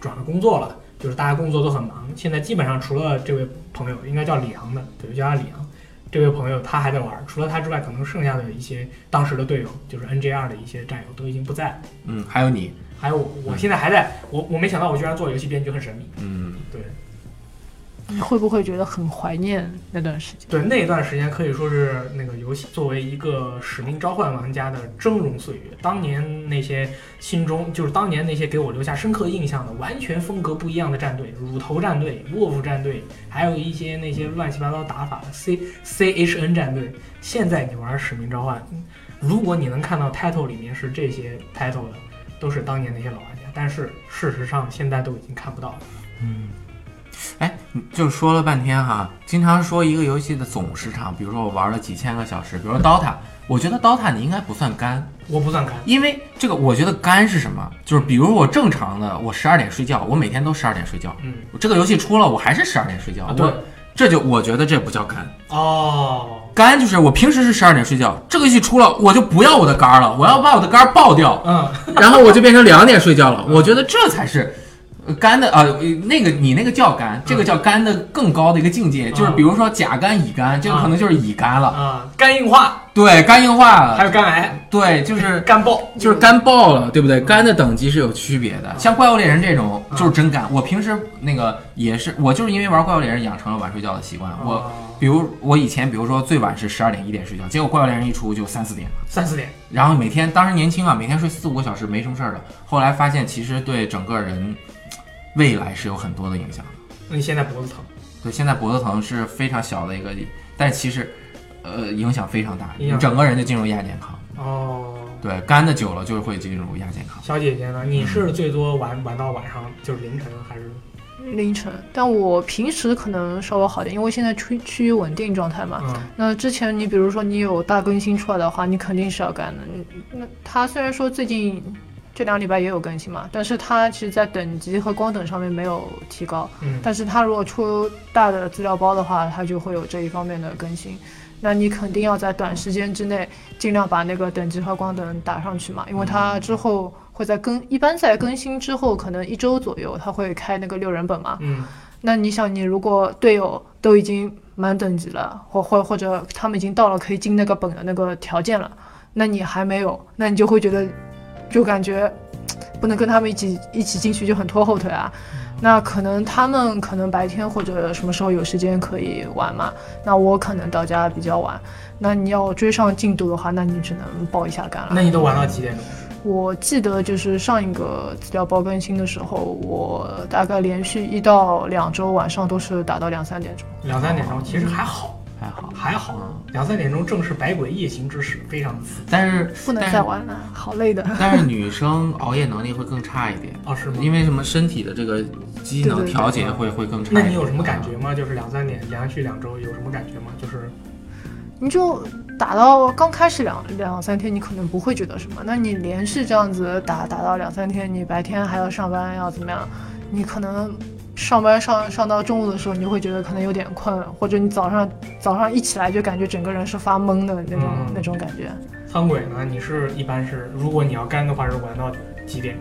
S1: 转了工作了，就是大家工作都很忙。现在基本上除了这位朋友，应该叫李昂的，对，就叫他李昂。这位朋友他还在玩儿，除了他之外，可能剩下的一些当时的队友，就是 NGR 的一些战友都已经不在了。
S3: 嗯，还有你，
S1: 还有我，我现在还在，我我没想到我居然做游戏编剧很神秘。
S3: 嗯，
S1: 对
S4: 你会不会觉得很怀念那段时间？
S1: 对，那一段时间可以说是那个游戏作为一个使命召唤玩家的峥嵘岁月。当年那些心中就是当年那些给我留下深刻印象的，完全风格不一样的战队，乳头战队、卧夫战队，还有一些那些乱七八糟打法的 C C H N 战队。现在你玩使命召唤，如果你能看到 title 里面是这些 title 的，都是当年那些老玩家，但是事实上现在都已经看不到了。
S3: 哎，就说了半天哈，经常说一个游戏的总时长，比如说我玩了几千个小时，比如说 DOTA，我觉得 DOTA 你应该不算干，
S1: 我不算干。
S3: 因为这个我觉得干是什么？就是比如我正常的，我十二点睡觉，我每天都十二点睡觉，
S1: 嗯，
S3: 这个游戏出了我还是十二点睡觉，
S1: 啊对
S3: 我这就我觉得这不叫干，
S1: 哦。
S3: 干就是我平时是十二点睡觉，这个游戏出了我就不要我的肝了，我要把我的肝爆掉，
S1: 嗯，
S3: <laughs> 然后我就变成两点睡觉了。我觉得这才是呃肝的啊、呃，那个你那个叫肝，这个
S1: 嗯
S3: 叫肝的更高的一个境界，就是比如说甲肝、乙肝，这个
S1: 嗯
S3: 可能就是乙肝了。
S1: 啊，肝硬化，
S3: 对，肝硬化
S1: 还嗯
S3: 了，
S1: 有肝癌，
S3: 对，就是。
S1: 肝爆，
S3: 就是肝爆了，对不对？肝的等级是有区别的，像怪物猎人这种
S1: 嗯
S3: 就是真肝。我平时那个也是，我就是因为玩怪物猎人养成了晚睡觉的习惯。
S1: 嗯
S3: 我比如我以前比如说最晚是十二点一点睡觉，结果怪物猎人一出就三四点。
S1: 三四点，
S3: 然后每天当时年轻啊，每天睡四五个小时没什么事儿的。后来发现，其实对整个人嘖未来是有很多的影响的。
S1: 那你现在脖子疼，
S3: 对，现在脖子疼是非常小的一个，但其实，呃，影响非常大，
S1: 影
S3: 你
S1: 响
S3: 整个人就进入亚健康。
S1: 哦，
S3: 对，干的久了就会进入亚健康。
S1: 小姐姐
S3: 嗯
S1: 呢？你是最多玩玩到晚上就是凌晨还是？
S4: 凌晨，但我平时可能稍微好点，因为现在趋趋于稳定状态嘛。
S3: 啊
S1: 嗯，
S4: 那之前你比如说你有大更新出来的话，你肯定是要干的。你那它虽然说最近这两礼拜也有更新嘛，但是它其实在等级和光等上面没有提高。
S1: 嗯
S4: 但是它如果出大的资料包的话，它就会有这一方面的更新。那你肯定要在短时间之内尽量把那个等级和光等打上去嘛，因为它之后会在更，一般在更新之后，可能一周左右，它会开那个六人本嘛。
S1: 嗯，
S4: 那你想，你如果队友都已经满等级了，或或或者他们已经到了可以进那个本的那个条件了，那你还没有，那你就会觉得，就感觉不能跟他们一起一起进去就很拖后腿啊。那可能他们可能白天或者什么时候有时间可以玩嘛，那我可能到家比较晚，那你要追上进度的话，那你只能报一下杆了。
S1: 那你都玩到几点钟？
S4: 我记得就是上一个资料包更新的时候，我大概连续一到两周晚上都是打到两三点钟。
S1: 两三点钟，其实还好，
S3: 嗯还好，嗯
S1: 还好，两三点钟正是百鬼夜行之时，非常刺激。
S3: 但是
S4: 不能
S3: 但
S4: 再
S3: 是
S4: 玩了，好累的。
S3: 但是女生熬夜能力会更差一点，
S1: 哦，是吗？
S3: 啊因为什么身体的这个机能
S4: 对对对
S3: 调节会会更差一
S1: 那
S3: 点。
S1: 你有什么感觉吗？就是两三点连续两周有什么感觉吗？就是
S4: 你就打到刚开始两两三天，你可能不会觉得什么。那你连续这样子打打到两三天，你白天还要上班要怎么样？你可能上班上上到中午的时候，你就会觉得可能有点困，或者你早上早上一起来就感觉整个人是发懵的那种、
S1: 嗯
S4: 那种感觉。
S1: 苍鬼呢？你是一般是如果你要干的话是玩到几点？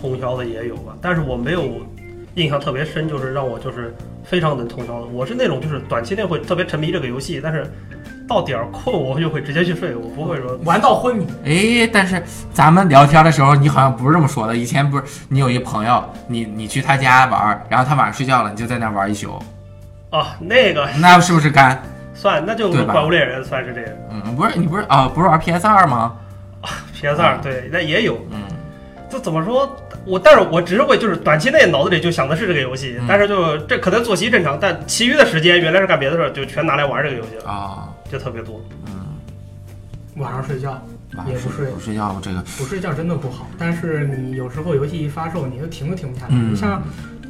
S2: 通宵的也有吧，但是我没有印象特别深，就是让我就是非常能通宵的。我是那种就是短期内会特别沉迷这个游戏，但是到点儿困我就会直接去睡，我不会说
S1: 玩到昏迷。
S3: 哎，但是咱们聊天的时候，你好像不是这么说的。以前不是你有一朋友，你你去他家玩儿，然后他晚上睡觉了，你就在那玩一宿，
S2: 啊那个
S3: 那是不是干？
S2: 算那就
S3: 对
S2: 是
S3: 吧
S2: 怪物猎人算是这个
S3: 嗯，不是你不是啊、不是玩 PS 二吗？
S2: PS
S3: 啊
S2: 二对，那也有。
S3: 嗯，
S2: 这怎么说？我但是我只是会就是短期内脑子里就想的是这个游戏，
S3: 嗯
S2: 但是就这可能作息正常，但其余的时间原来是干别的事儿，就全拿来玩这个游戏了，
S3: 啊、
S2: 就特别多。
S3: 嗯，
S1: 晚上睡觉
S3: 晚
S1: 也
S3: 上
S1: 不
S3: 睡
S1: 睡，
S3: 不睡觉这个，
S1: 不睡觉真的不好。但是你有时候游戏一发售，你就停都停不下来。
S3: 嗯啊
S1: 你像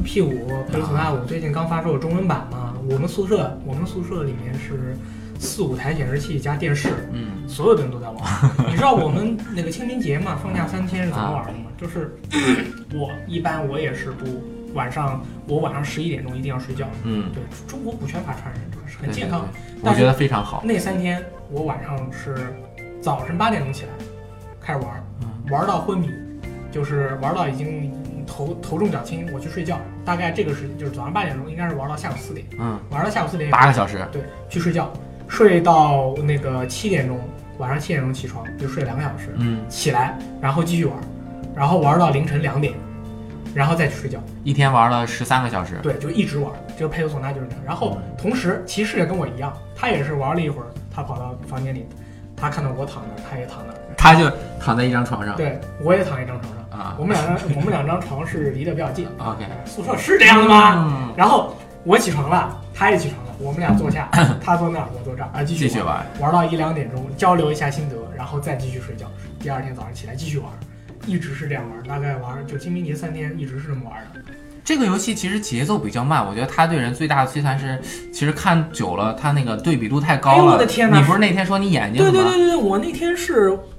S1: P 五《贝鲁索纳五》最近刚发售中文版嘛，我们宿舍我们宿舍里面是四五台显示器加电视，
S3: 嗯，
S1: 所有的人都在
S3: <laughs>
S1: 玩儿。你知道我们那个清明节嘛，放假三天是怎
S3: 啊
S1: 么玩的吗？就是 <coughs> 我一般我也是不晚上，我晚上十一点钟一定要睡觉。
S3: 嗯，
S1: 对，中国不缺法传人，是很
S3: 对
S1: 健康。，
S3: 对对我
S1: 但是
S3: 觉得非常好。
S1: 那三天我晚上是早晨八点钟起来开始玩儿，
S3: 嗯
S1: 玩到昏迷，就是玩到已经头头重脚轻，我去睡觉。大概这个时就是早上八点钟，应该是玩到下午四点，
S3: 嗯，
S1: 玩到下午四点
S3: 八个小时，
S1: 对，去睡觉，睡到那个七点钟，晚上七点钟起床，就睡两个小时，
S3: 嗯，
S1: 起来然后继续玩，然后玩到凌晨两点，然后再去睡觉。
S3: 一天玩了十三个小时。
S1: 对，就一直玩，这个佩鲁索纳就是这样。然后
S3: 嗯
S1: 同时骑士也跟我一样，他也是玩了一会儿，他跑到房间里，他看到我躺那儿，他也躺那儿，
S3: 他就躺在一张床上
S1: 对我也躺一张床上。
S3: 啊
S1: 我们两张我们两张床是离得比较近，
S3: ，OK，
S1: 宿舍是这样的吗？
S3: 嗯
S1: 然后我起床了，他也起床了，我们俩坐
S3: <laughs>
S1: 下，他坐那儿，我坐这儿，啊，继续
S3: 继
S1: 玩
S3: 续
S1: 玩
S3: 玩，
S1: 到一两点钟，交流一下心得，然后再继续睡觉。第二天早上起来继续玩，一直是这样玩，大概玩就清明节三天，一直是这么玩的。
S3: 这个游戏其实节奏比较慢，我觉得它对人最大的摧残是，其实看久了它那个对比度太
S1: 哎
S3: 高
S1: 呦
S3: 了。
S1: 我的天哪
S3: 你不是那天说你眼睛
S1: 对
S3: 怎
S1: 对
S3: 么？
S1: 对对对，我那天是 <coughs>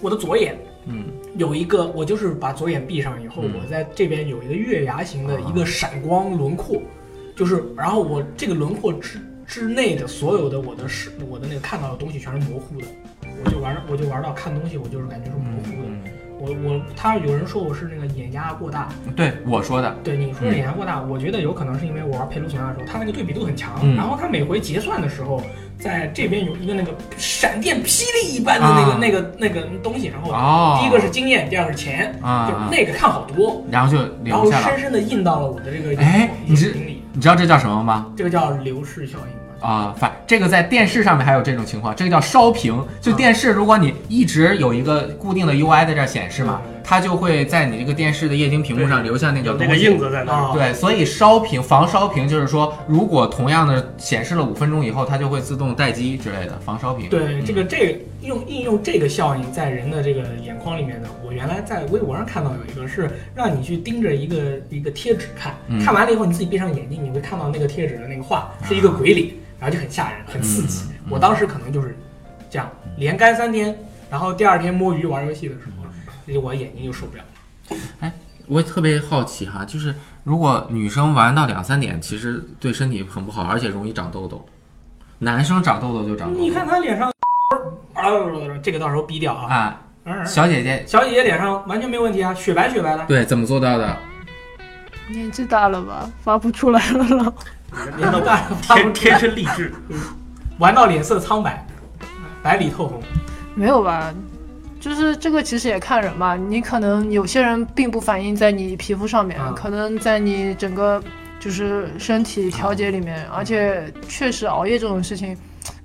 S1: 我的左眼
S3: 嗯
S1: 有一个，我就是把左眼闭上以后，
S3: 嗯
S1: 我在这边有一个月牙形的
S3: 啊
S1: 一个闪光轮廓，就是然后我这个轮廓之之内的所有的我的视我的那个看到的东西全是模糊的，我就玩我就玩到看东西，我就是感觉是模
S3: 嗯
S1: 糊的。
S3: 嗯
S1: 我我他有人说我是那个眼压过大，
S3: 嗯，对我说的，
S1: 对你说的眼压过大，我觉得有可能是因为我玩佩鲁索纳的时候，它那个对比度很强，
S3: 嗯
S1: 然后它每回结算的时候，在这边有一个那个闪电霹雳一般的那个、
S3: 啊
S1: 那个那个东西，然后
S3: 哦，
S1: 第一个是经验，第二个是钱，
S3: 啊，
S1: 就
S3: 啊
S1: 那个看好多，
S3: 然后就
S1: 然
S3: 留
S1: 后
S3: 下了
S1: 深。深的印到了我的这个
S3: 哎你是
S1: 眼睛里，
S3: 你知道这叫什么吗？
S1: 这个叫流逝效应嘛。
S3: 啊、反这个在电视上面还有这种情况，这个叫烧屏。
S1: 啊
S3: 就电视，如果你一直有一个固定的 UI 在这儿显示嘛
S1: 对对，
S3: 它就会在你这个电视的液晶屏幕上留下那个
S2: 有
S3: 东
S2: 那
S3: 西
S2: 个印子在那儿。
S1: 啊，
S3: 对，所以烧屏防烧屏就是说，如果同样的显示了五分钟以后，它就会自动待机之类的防烧屏。
S1: 对
S3: 嗯
S1: 这个这个用应用这个效应在人的这个眼眶里面呢，我原来在微博上看到有一个是让你去盯着一个一个贴纸看，
S3: 嗯
S1: 看完了以后你自己闭上眼睛，你会看到那个贴纸的那个画是一个鬼脸，然后就很吓人，很刺激
S3: 啊嗯。嗯
S1: 我当时可能就是这样，连干三天，然后第二天摸鱼玩游戏的时
S3: 嗯
S1: 候，我眼睛就受不了。
S3: 我特别好奇哈，就是如果女生玩到两三点，其实对身体很不好，而且容易长痘痘。男生长痘痘就长痘痘，
S1: 你看他脸上，啊，这个到时候逼掉啊。
S3: 啊，
S1: 嗯
S3: 小姐姐，
S1: 小姐姐脸上完全没问题啊，雪白雪白的。
S3: <laughs> 对，怎么做到的？
S4: 年纪大了吧，发不出来了。
S1: 脸都大了，
S2: 天天生丽质，
S1: 玩到脸色苍白，白里透红。
S4: 没有吧？就是这个其实也看人吧，你可能有些人并不反映在你皮肤上面，
S1: 嗯
S4: 可能在你整个就是身体调节里
S1: 嗯
S4: 面，而且确实熬夜这种事情。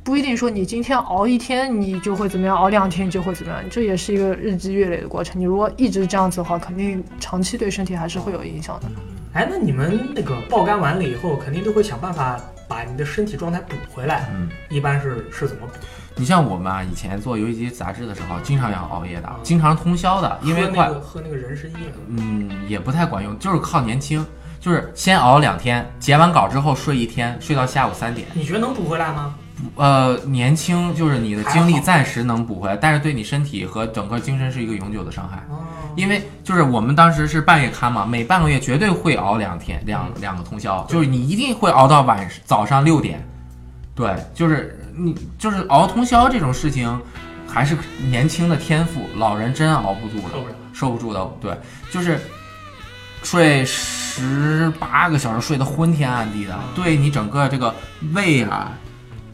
S4: 不一定说你今天熬一天你就会怎么样，熬两天你就会怎么样，这也是一个日积月累的过程。你如果一直这样子的话，肯定长期对身体还是会有
S1: <laughs>
S4: 影响的。
S1: 哎，那你们那个爆肝完了以后，肯定都会想办法把你的身体状态补回来。
S3: 嗯，
S1: 一般是是怎么补？
S3: 你像我们啊，以前做游戏机杂志的时候，经常要熬夜的，经常通宵的，因为
S1: 喝
S3: 快
S1: 那个喝那个人参液，
S3: 嗯，也不太管用，就是靠年轻，就是先熬两天，截完稿之后睡一天，睡到下午三点。
S1: 你觉得能补回来吗？
S3: 呃，年轻就是你的精
S1: 还
S3: 力
S1: 好
S3: 暂时能补回来，但是对你身体和整个精神是一个永久的伤害。
S1: 哦，
S3: 因为就是我们当时是半夜刊嘛，每半个月绝对会熬两天，两两个通宵，就是你一定会熬到晚早上六点。对，就是你就是熬通宵这种事情，还是年轻的天赋，老人真熬不住的
S1: 受。不了。
S3: 受不住的，对，就是睡十八个小时，睡得昏天暗地的，
S1: 嗯
S3: 对你整个这个胃啊，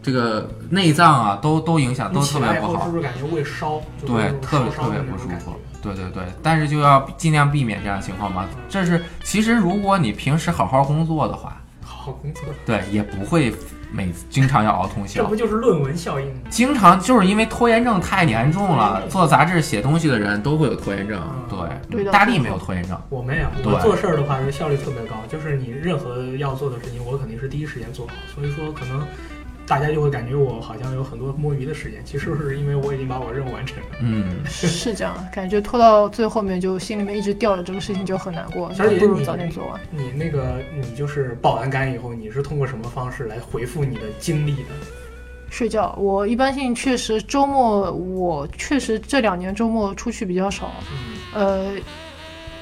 S3: 这个内脏啊，都都影响，
S1: 你
S3: 都
S1: 起
S3: 特
S1: 来
S3: 别
S1: 以
S3: 不
S1: 后是
S3: 好，
S1: 不是感觉胃烧？就会
S3: 对
S1: 有，种
S3: 特别
S1: 烧
S3: 特
S1: 烧
S3: 别
S1: 的那
S3: 不
S1: 种
S3: 舒
S1: 感
S3: 服
S1: 觉。，
S3: 对对对，但是就要尽量避免这样的情况嘛。这是其实如果你平时好好工作的话，
S1: 好好工作，
S3: 对，也不会每经常要熬通
S1: 这
S3: 宵
S1: 不。就是论文效应吗？
S3: 经常就是因为拖延症太严重
S1: 拖延
S3: 了，
S1: 症
S3: 做杂志写东西的人都会有拖延症。
S1: 嗯
S4: 对
S3: 对，
S4: 的
S3: 大力没有拖延症。
S1: 我没有，
S3: 对
S1: 我做事儿的话是效率特别高，就是你任何要做的事情，我肯定是第一时间做好。所以说，可能大家就会感觉我好像有很多摸鱼的时间，其实是因为我已经把我任务完成了。
S3: 嗯，
S4: 是这样，感觉拖到最后面就心里面一直吊着这个事情就很难过，
S1: 而且
S4: 不如
S1: 你
S4: 早点做完。
S1: 你那个你就是报完杆以后，你是通过什么方式来回复你的精力的？
S4: 睡觉，我一般性确实周末，我确实这两年周末出去比较少，
S1: 嗯
S4: 呃，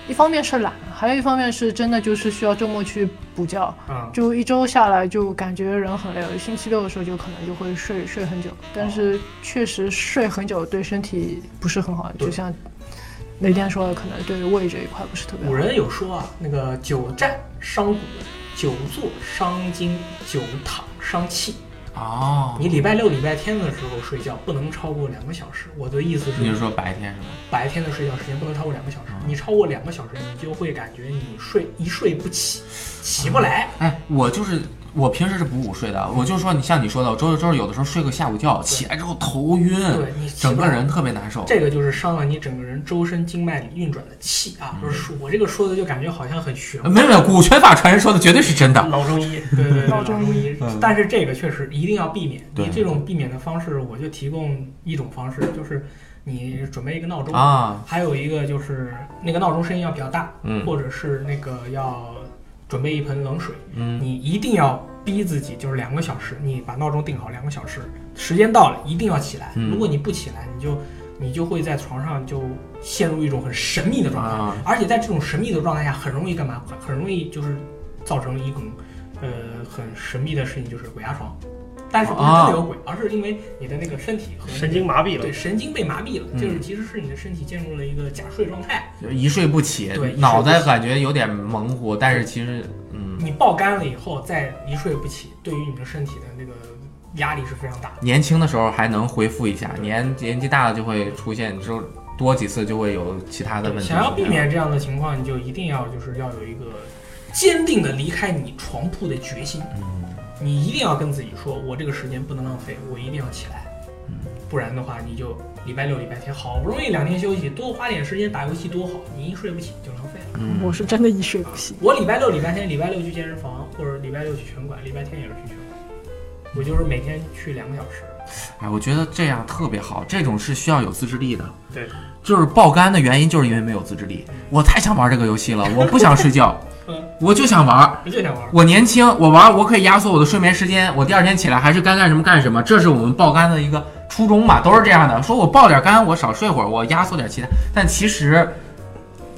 S4: 一方面是懒，还有一方面是真的就是需要周末去补觉，
S1: 啊，
S4: 就一周下来就感觉人很累了。星期六的时候就可能就会睡睡很久，但是确实睡很久对身体不是很好，
S1: 对
S4: 就像雷电说的，可能对胃这一块不是特别
S1: 古
S4: 好。
S1: 人有说啊，那个久站伤骨，久坐伤筋，久躺伤气。
S3: 哦，
S1: 你礼拜六、礼拜天的时候睡觉不能超过两个小时。我的意思
S3: 你
S1: 是
S3: 是，说白天是吧？
S1: 白天的睡觉时间不能超过两个小时
S3: 嗯。
S1: 你超过两个小时，你就会感觉你睡一睡不起，起不来。
S3: 哎，我就是我平时是不午睡的，我就说你像你说的，我周六周日有的时候睡个下午觉，起来之后头晕，
S1: 对你起不来
S3: 嗯整个人特别难受。
S1: 这个就是伤了你整个人周身经脉里运转的气啊！就是
S3: 嗯
S1: 我这个说的就感觉好像很玄乎，
S3: 没有没有，股权法传人说的绝对是真的。
S2: 老中医，
S1: 对对对，
S4: 闹钟
S1: 老中医
S3: 嗯
S1: 但是这个确实一定要避免。
S3: 对
S1: 你这种避免的方式，我就提供一种方式，就是你准备一个闹钟，
S3: 啊，
S1: 还有一个就是那个闹钟声音要比较大，
S3: 嗯
S1: 或者是那个要准备一盆冷水。
S3: 嗯，
S1: 你一定要逼自己，就是两个小时，你把闹钟定好两个小时，时间到了一定要起来。
S3: 嗯
S1: 如果你不起来，你就你就会在床上就陷入一种很神秘的状态，
S3: 啊
S1: 而且在这种神秘的状态下，很容易干嘛？很很容易就是造成一种呃很神秘的事情，就是鬼压床。但是不是真的有
S3: 啊
S1: 鬼，而是因为你的那个身体和
S2: 神经麻痹了
S1: 对。神经被麻痹了，
S3: 嗯
S1: 就是其实是你的身体进入了一个假睡状态。
S3: 就一睡不起
S1: 对一睡，不
S3: 脑袋感觉有点模糊，但是其实嗯，
S1: 你爆肝了以后再一睡不起，对于你的身体的那个压力是非常大的。
S3: 年轻的时候还能恢复一下，年年纪大了就会出现，之后多几次就会有其他的问题。
S1: 想要避免这样的情况，你就一定要就是要有一个坚定的离开你床铺的决心。
S3: 嗯，
S1: 你一定要跟自己说，我这个时间不能浪费，我一定要起来，
S3: 嗯
S1: 不然的话你就礼拜六、礼拜天好不容易两天休息，多花点时间打游戏多好，你一睡不起就浪费了。
S3: 嗯
S4: 我是真的一睡不醒，
S1: 我礼拜六、礼拜天，礼拜六去健身房，或者礼拜六去拳馆，礼拜天也是去拳馆，我就是每天去两个小时。
S3: 哎，我觉得这样特别好，这种是需要有自制力的。
S2: 对，
S3: 就是爆肝的原因就是因为没有自制力。我太想玩这个游戏了，我不想睡觉
S1: 嗯，
S3: 我就想玩。
S1: 我就想玩。
S3: 我年轻，我玩我可以压缩我的睡眠时间，我第二天起来还是该干什么干什么，这是我们爆肝的一个初衷嘛，都是这样的。说我爆点肝，我少睡会儿，我压缩点其他，但其实。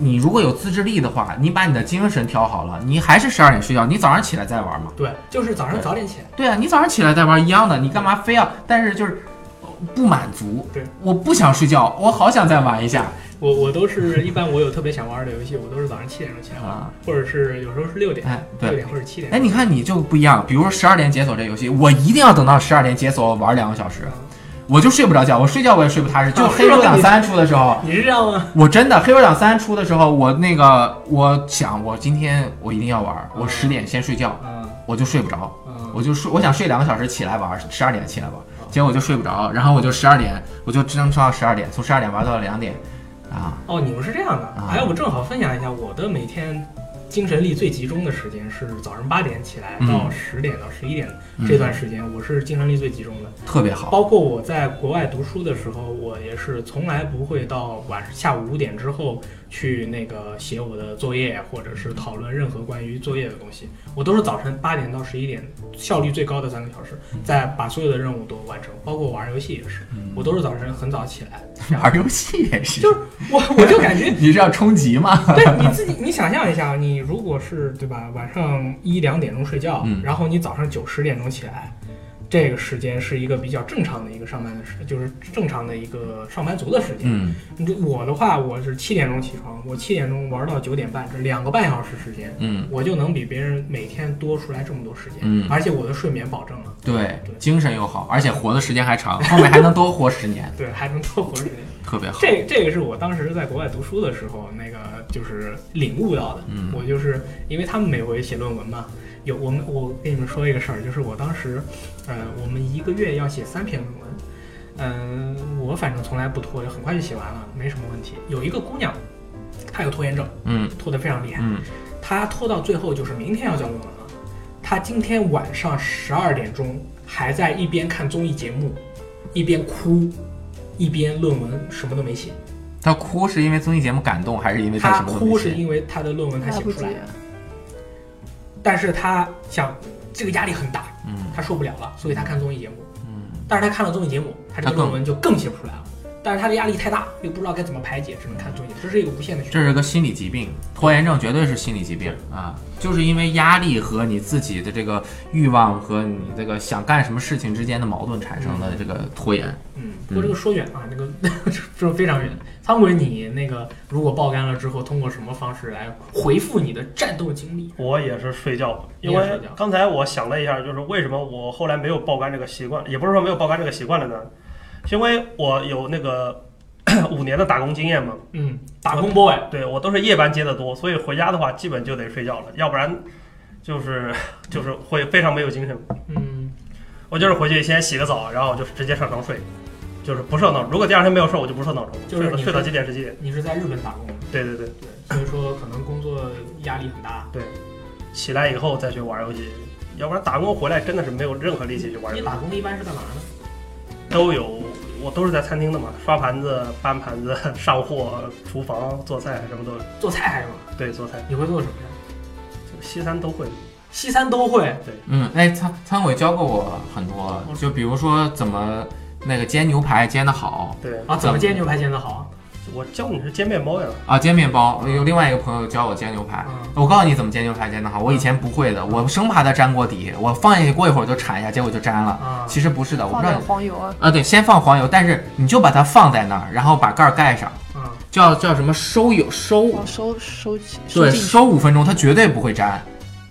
S3: 你如果有自制力的话，你把你的精神调好了，你还是十二点睡觉，你早上起来再玩嘛。
S1: 对，就是早上早点起来。
S3: 对啊，你早上起来再玩一样的，你干嘛非要？但是就是呃不满足，
S1: 对，
S3: 我不想睡觉，我好想再玩一下
S1: 我我都是一般我有特别想玩的游戏，我都是早上七点钟起来玩，
S3: 啊！
S1: 或者是有时候是六点，
S3: 哎，
S1: 六
S3: 对，
S1: 点或者七点。
S3: 哎，你看你就不一样，比如说十二点解锁这游戏，我一定要等到十二点解锁玩两个小时，我就睡不着觉，我睡觉我也睡不踏实。就
S1: 啊
S3: 黑手党三出的时候，
S1: 你是这样吗？
S3: 我真的黑手党三出的时候，我那个我想我今天我一定要玩，我十点先睡觉，
S1: 嗯
S3: 我就睡不着，
S1: 嗯，
S3: 我就睡，我想睡两个小时起来玩，十二点起来玩，结果我就睡不着，然后我就十二点，我就只能睡到十二点，从十二点玩到了两点，啊，
S1: 哦，你们是这样的。
S3: 啊
S1: 哎，我正好分享一下我的每天精神力最集中的时间是早上八点起来
S3: 嗯
S1: 到十点到十一点
S3: 嗯
S1: 这段时间，我是精神力最集中的。
S3: 特别好，
S1: 包括我在国外读书的时候，我也是从来不会到晚上下午五点之后去那个写我的作业，或者是讨论任何关于作业的东西。我都是早晨八点到十一点，效率最高的三个小时，再把所有的任务都完成，包括玩游戏也是，我都是早晨很早起来。然后
S3: 嗯玩游戏也是，
S1: 就是我我就感觉，
S3: 你是要冲级吗？
S1: <laughs> 对你自己，你想象一下，你如果是对吧，晚上一两点钟睡觉，
S3: 嗯
S1: 然后你早上九十点钟起来，这个时间是一个比较正常的一个上班的时，就是正常的一个上班族的时间。
S3: 嗯
S1: 你我的话，我是七点钟起床，我七点钟玩到九点半，这两个半小时时间，
S3: 嗯，
S1: 我就能比别人每天多出来这么多时间，
S3: 嗯
S1: 而且我的睡眠保证了，
S3: 对
S1: 对，
S3: 精神又好，而且活的时间还长，后面还能多活十年，
S1: 对，还能多活十年。
S3: 特别好。
S1: 这这个是我当时在国外读书的时候，那个就是领悟到的。
S3: 嗯
S1: 我就是因为他们每回写论文嘛，有我们我跟你们说一个事儿，就是我当时，呃，我们一个月要写三篇论文，嗯、我反正从来不拖，很快就写完了，没什么问题。有一个姑娘，她有拖延症，
S3: 嗯
S1: 拖得非常厉害，
S3: 嗯
S1: 她拖到最后就是明天要交论文了，她今天晚上十二点钟还在一边看综艺节目，一边哭，一边论文什么都没写。
S3: 他哭是因为综艺节目感动，还是因为
S1: 他
S3: 什么都没
S1: 哭是
S3: 写？
S1: 因为他的论文他
S4: 来
S1: 写
S4: 不
S1: 不出
S4: 及
S1: 来，，但是他想这个压力很大，
S3: 嗯
S1: 他受不了了，所以他看综艺节目。
S3: 嗯，
S1: 但是他看了综艺节目，他这
S3: 他
S1: 个
S3: 更
S1: 论文就更写不出来了。但是他的压力太大，又不知道该怎么排解，只能看综艺，这是一个无限的循
S3: 这是个心理疾病，拖延症绝对是心理疾病啊！就是因为压力和你自己的这个欲望和你这个想干什么事情之间的矛盾产生的这个拖延。
S1: 嗯，不过这个说远啊，这个 <laughs> 这个非常远。汤鬼，你那个如果爆肝了之后，通过什么方式来回复你的战斗经历？
S2: 我也是睡觉，因
S1: 你也
S2: 为
S1: 睡觉
S2: 刚才我想了一下，就是为什么我后来没有爆肝这个习惯，也不是说没有爆肝这个习惯了呢？是因为我有那个 <coughs> 五年的打工经验嘛，
S1: 嗯，打工 boy，
S2: 对我都是夜班接的多，所以回家的话基本就得睡觉了，要不然就是就是会非常没有精神。
S1: 嗯，
S2: 我就是回去先洗个澡，然后就是直接上床睡，就是不设闹钟。如果第二天没有事儿，我就不设闹钟，
S1: 就是
S2: 睡到
S1: 你
S2: 睡到
S1: 是
S2: 几点是几点。
S1: 你是在日本打工，
S2: 对对对，
S1: 对，所以说可能工作压力很大。
S2: 起来以后再去玩游戏，要不然打工回来真的是没有任何力气去玩游
S1: 你
S2: 戏。
S1: 打工一般是干嘛呢？
S2: 都有，我都是在餐厅的嘛，刷盘子、搬盘子、 <laughs> 上货、厨房、做菜什么都有。
S1: 做菜还是什么？
S2: 对，做菜
S1: 你会做什么呀？
S2: 就西餐都会。
S1: 西餐都会。
S3: 嗯，哎，仓仓鬼教过我很多，就比如说怎么那个煎牛排煎得好
S2: 对，
S1: 啊，怎么煎牛排煎得好？
S2: 我教你是煎面包呀，
S3: 啊，煎面包。有另外一个朋友教我煎牛排，
S1: 嗯，
S3: 我告诉你怎么煎牛排煎得好，我以前不会的，我生怕它粘锅底，我放下去过一会儿就铲一下，结果就粘了。
S1: 啊，
S3: 其实不是的，我不
S4: 放
S3: 知道
S4: 点
S3: 你
S4: 黄油啊，
S3: 啊，对，先放黄油，但是你就把它放在那儿，然后把盖儿盖上，
S1: 嗯，
S3: 叫叫什么收油收，
S4: 往收收起，收
S3: 对，
S4: 进去
S3: 收五分钟，它绝对不会粘。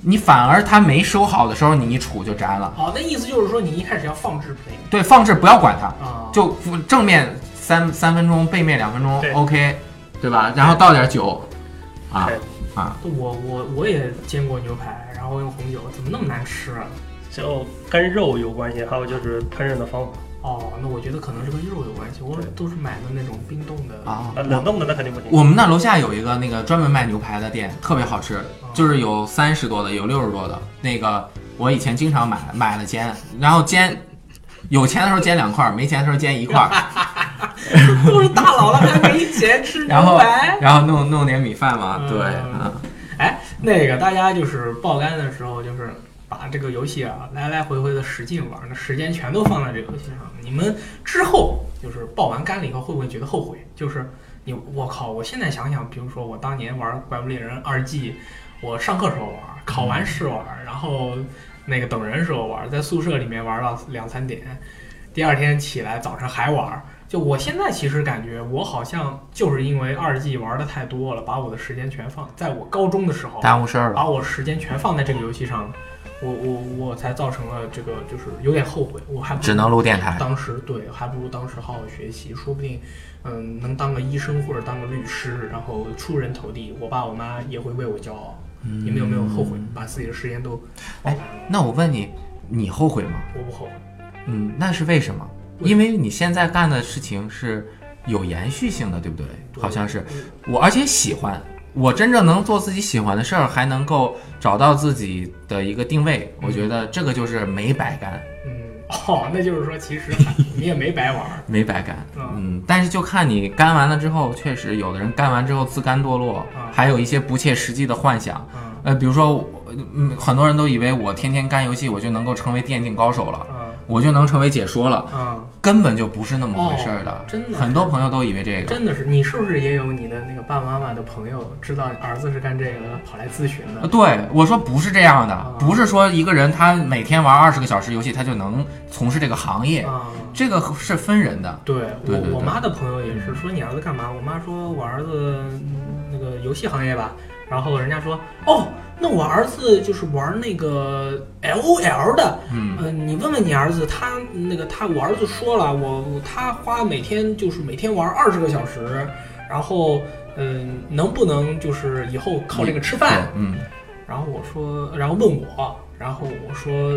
S3: 你反而它没收好的时候，你一杵就粘了。
S1: 好，那意思就是说你一开始要放置培
S3: 对，放置不要管它，
S1: 啊，
S3: 就正面三三分钟，背面两分钟
S2: 对
S3: ，OK，对吧？然后倒点酒，啊
S2: 对
S3: 啊，
S1: 我我我也煎过牛排，然后用红酒，怎么那么难吃啊？
S2: 就跟肉有关系，还有就是烹饪的方法。
S1: 哦，那我觉得可能是跟肉有关系，我
S2: 对
S1: 都是买的那种冰冻的
S3: 啊，
S2: 呃，冷冻的那肯定不行。
S3: 我们那楼下有一个那个专门卖牛排的店，特别好吃，就是有三十多的，有六十多的。那个我以前经常买，买了煎，然后煎，有钱的时候煎两块儿，没钱的时候煎一块儿，
S1: <laughs> 都是大佬了还没钱吃
S3: <laughs> 然后
S1: 牛排。
S3: 然后弄弄点米饭嘛。
S1: 嗯
S3: 对，嗯，
S1: 哎，那个大家就是爆肝的时候，就是把这个游戏啊来来回回的使劲玩，那时间全都放在这个游戏上。你们之后就是爆完肝了以后，会不会觉得后悔？就是你，我靠！我现在想想，比如说我当年玩《怪物猎人二 G》，我上课时候玩，考完试玩，然后那个等人时候玩，在宿舍里面玩到两三点，第二天起来早上还玩。就我现在其实感觉，我好像就是因为二 G 玩的太多了，把我的时间全放在我高中的时候，
S3: 耽误事儿了。
S1: 把我时间全放在这个游戏上了，我我我才造成了这个，就是有点后悔，我还不如
S3: 只能录电台，
S1: 当时对，还不如当时好好学习，说不定，嗯，能当个医生或者当个律师，然后出人头地，我爸我妈也会为我骄傲。
S3: 嗯
S1: 你们有没有后悔把自己的时间都花
S3: 哎
S1: 完了？
S3: 那我问你，你后悔吗？
S1: 我不后悔，
S3: 嗯，那是为什么？
S1: 为
S3: 因为你现在干的事情是有延续性的，对不对？
S1: 对
S3: 好像是我，而且喜欢，我真正能做自己喜欢的事儿，还能够找到自己的一个定位，我觉得这个就是没白干，
S1: 嗯，哦，那就是说其
S3: <laughs>
S1: 实你也没白玩儿，
S3: 没白干。
S1: 嗯
S3: 嗯，但是就看你干完了之后，确实有的人干完之后自甘堕落
S1: 啊，
S3: 还有一些不切实际的幻想。
S1: 嗯
S3: 呃，比如说我，嗯，很多人都以为我天天干游戏，我就能够成为电竞高手了，
S1: 嗯
S3: 我就能成为解说了。
S1: 嗯，
S3: 根本就不是那么回事儿的、
S1: 哦真的
S3: 很多朋友都以为这个。
S1: 真的是，你是不是也有你的那个爸爸妈妈的朋友知道儿子是干这个的，跑来咨询的？
S3: 呃对，我说不是这样的，
S1: 哦
S3: 不是说一个人他每天玩二十个小时游戏，他就能从事这个行业，
S1: 啊、
S3: 这个是分人的。
S1: 对
S3: 对对
S1: 我我
S3: 对
S1: 妈的朋友也是说你儿子干嘛？我妈说我儿子嗯那个游戏行业吧，然后人家说哦，那我儿子就是玩那个 L O L 的，
S3: 嗯
S1: 呃，你问问你儿子，他那个他我儿子说了，我我他花每天就是每天玩二十个小时，然后嗯、能不能就是以后靠这个吃
S3: 对
S1: 饭？，
S3: 嗯，
S1: 然后我说，然后问我，然后我说，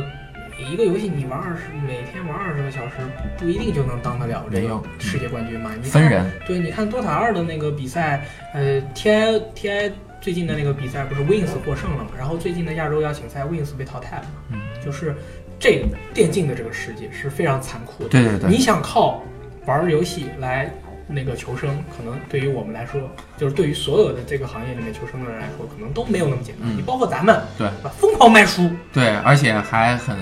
S1: 一个游戏你玩二十，每天玩二十个小时，不一定就能当得了这
S3: 没
S1: 个
S3: 用嗯
S1: 世界冠军嘛。你看
S3: 分。人。
S1: 对，你看 DOTA 二的那个比赛，呃，TI TI 最近的那个比赛不是 Wins 获胜了嘛？然后最近的亚洲邀请赛 Wins 被淘汰了嘛？
S3: 嗯
S1: 就是这个电竞的这个世界是非常残酷的。
S3: 对对对
S1: 你，想靠玩儿游戏来那个求生，可能对于我们来说，就是对于所有的这个行业里面求生的人来说，可能都没有那么简单。
S3: 嗯
S1: 你包括咱们，
S3: 对
S1: 吧，疯狂卖书，
S3: 对，而且还很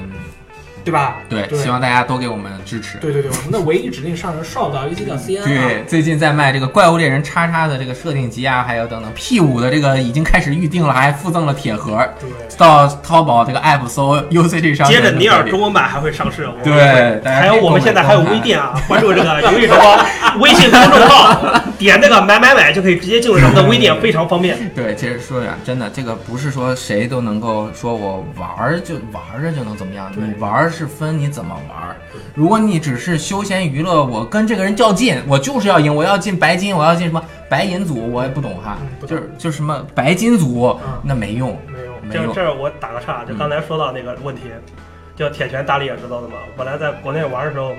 S1: 对吧？
S3: 对，
S1: 对
S3: 希望大家多给我们支持。
S1: 对对对，我们的唯一指定上人少导游戏叫 CN
S3: 对
S1: 啊，，
S3: 最近在卖这个《怪物猎人叉叉》的这个设定集啊，还有等等 P 五的这个已经开始预定了，还附赠了铁盒。
S1: 对，
S3: 到淘宝这个 app 搜 UCG 商
S2: 接
S3: 城
S2: 着
S3: 就可以，
S2: 尼尔中文版还会上市，我们
S3: 对，大家
S2: 还有我们现在还有微
S3: <laughs>
S2: 店啊，关注这个游戏时光微信公众号，点那个买买买就可以直接进入咱们的微店，非常方便。
S3: 对，其实说远，真的，这个不是说谁都能够说我玩儿就玩儿啊着就能怎么样，
S1: 对
S3: 你玩儿是分你怎么玩儿。如果你只是休闲娱乐，我跟这个人较劲，我就是要赢，我要进白金，我要进什么白银组，我也不懂哈
S1: 嗯，不
S3: 就
S1: 懂
S3: 是就是什么白金组
S1: 嗯，
S3: 那没用。
S1: 没有，
S3: 没
S2: 这
S3: 用
S2: 这儿我打个岔，就刚才说到那个问题，就铁拳大力也知道的嘛。本来在国内玩的时候，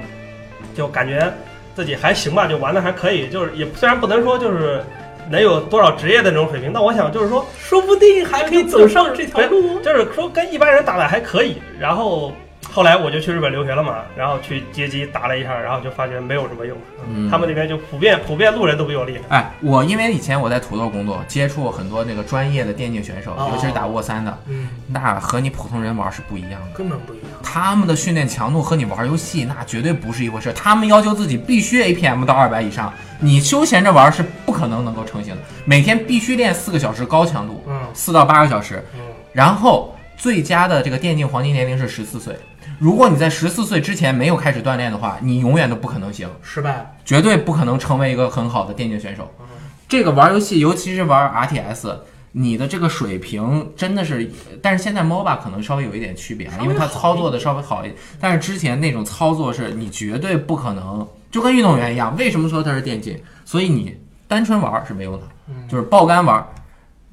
S2: 就感觉自己还行吧，就玩的还可以，就是也虽然不能说就是能有多少职业的那种水平，但我想就是说
S1: 说不定还可以走上这条路
S3: <laughs> 哎
S1: 哦。
S2: 就是说跟一般人打的还可以。然后后来我就去日本留学了嘛，然后去街机打了一下，然后就发觉没有什么用，
S3: 嗯
S2: 他们那边就普遍普遍路人都比我厉害。
S3: 哎，我因为以前我在土豆工作，接触很多那个专业的电竞选手，
S1: 哦
S3: 尤其是打沃三的，
S1: 嗯，
S3: 那和你普通人玩儿是不一样的。
S1: 根本不一样。
S3: 他们的训练强度和你玩游戏那绝对不是一回事，他们要求自己必须 APM 到二百以上，你休闲着玩是不可能能够成型的。每天必须练四个小时高强度，
S1: 嗯
S3: 四到八个小时，
S1: 嗯，
S3: 然后最佳的这个电竞黄金年龄是十四岁。如果你在十四岁之前没有开始锻炼的话，你永远都不可能行，
S1: 失败了。
S3: 绝对不可能成为一个很好的电竞选手。
S1: 嗯
S3: 这个玩游戏，尤其是玩 RTS，你的这个水平真的是，但是现在 MOBA 可能稍微有一点区别啊，
S1: 稍微
S3: 因为它
S1: 好一
S3: 操作的稍微好一点。但是之前那种操作是你绝对不可能，就跟运动员一样。为什么说它是电竞？所以你单纯玩是没用的，
S1: 嗯，
S3: 就是爆肝玩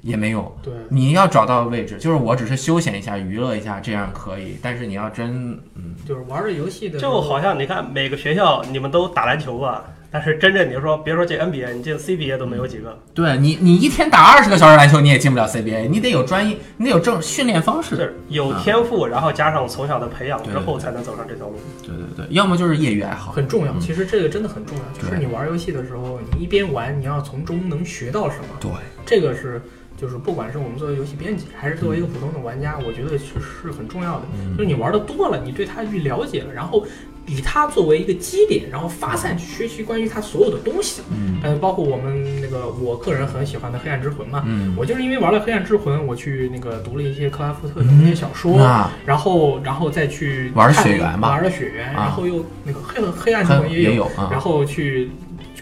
S3: 也没用。
S1: 对，
S3: 你要找到位置，就是我只是休闲一下、娱乐一下，这样可以。但是你要真，嗯，
S1: 就是玩着游戏的时候
S2: 就好像你看每个学校你们都打篮球吧，但是真正你说别说进 NBA，你进 CBA 都没有几个。
S3: 对你，你一天打二十个小时篮球，你也进不了 CBA，你得有专业，你得有正训练方式。
S2: 就是有天赋，然后加上从小的培养
S3: 对
S2: 之后，才能走上这条路。
S3: 对对对，要么就是业余爱好。
S1: 很重要。
S3: 嗯
S1: 其实这个真的很重要，就是
S3: 对
S1: 你玩游戏的时候，你一边玩，你要从中能学到什么。
S3: 对，
S1: 这个是就是不管是我们作为游戏编辑，还是作
S3: 嗯
S1: 为一个普通的玩家，我觉得是是很重要的。就是你玩的多了，你对它去了解了，然后以它作为一个基点，然后发散去学习关于它所有的东西。
S3: 嗯
S1: 嗯，包括我们那个我个人很喜欢的《黑暗之魂》嘛，
S3: 嗯
S1: 我就是因为玩了《黑暗之魂》，我去那个读了一些克拉夫特的那些小说，
S3: 啊，
S1: 然后然后再去
S3: 玩
S1: 看
S3: 血缘吧
S1: 玩了血缘，
S3: 啊
S1: 然后又那个黑黑暗之
S3: 很
S1: 魂也有，
S3: 有
S1: 然
S3: 啊，
S1: 后去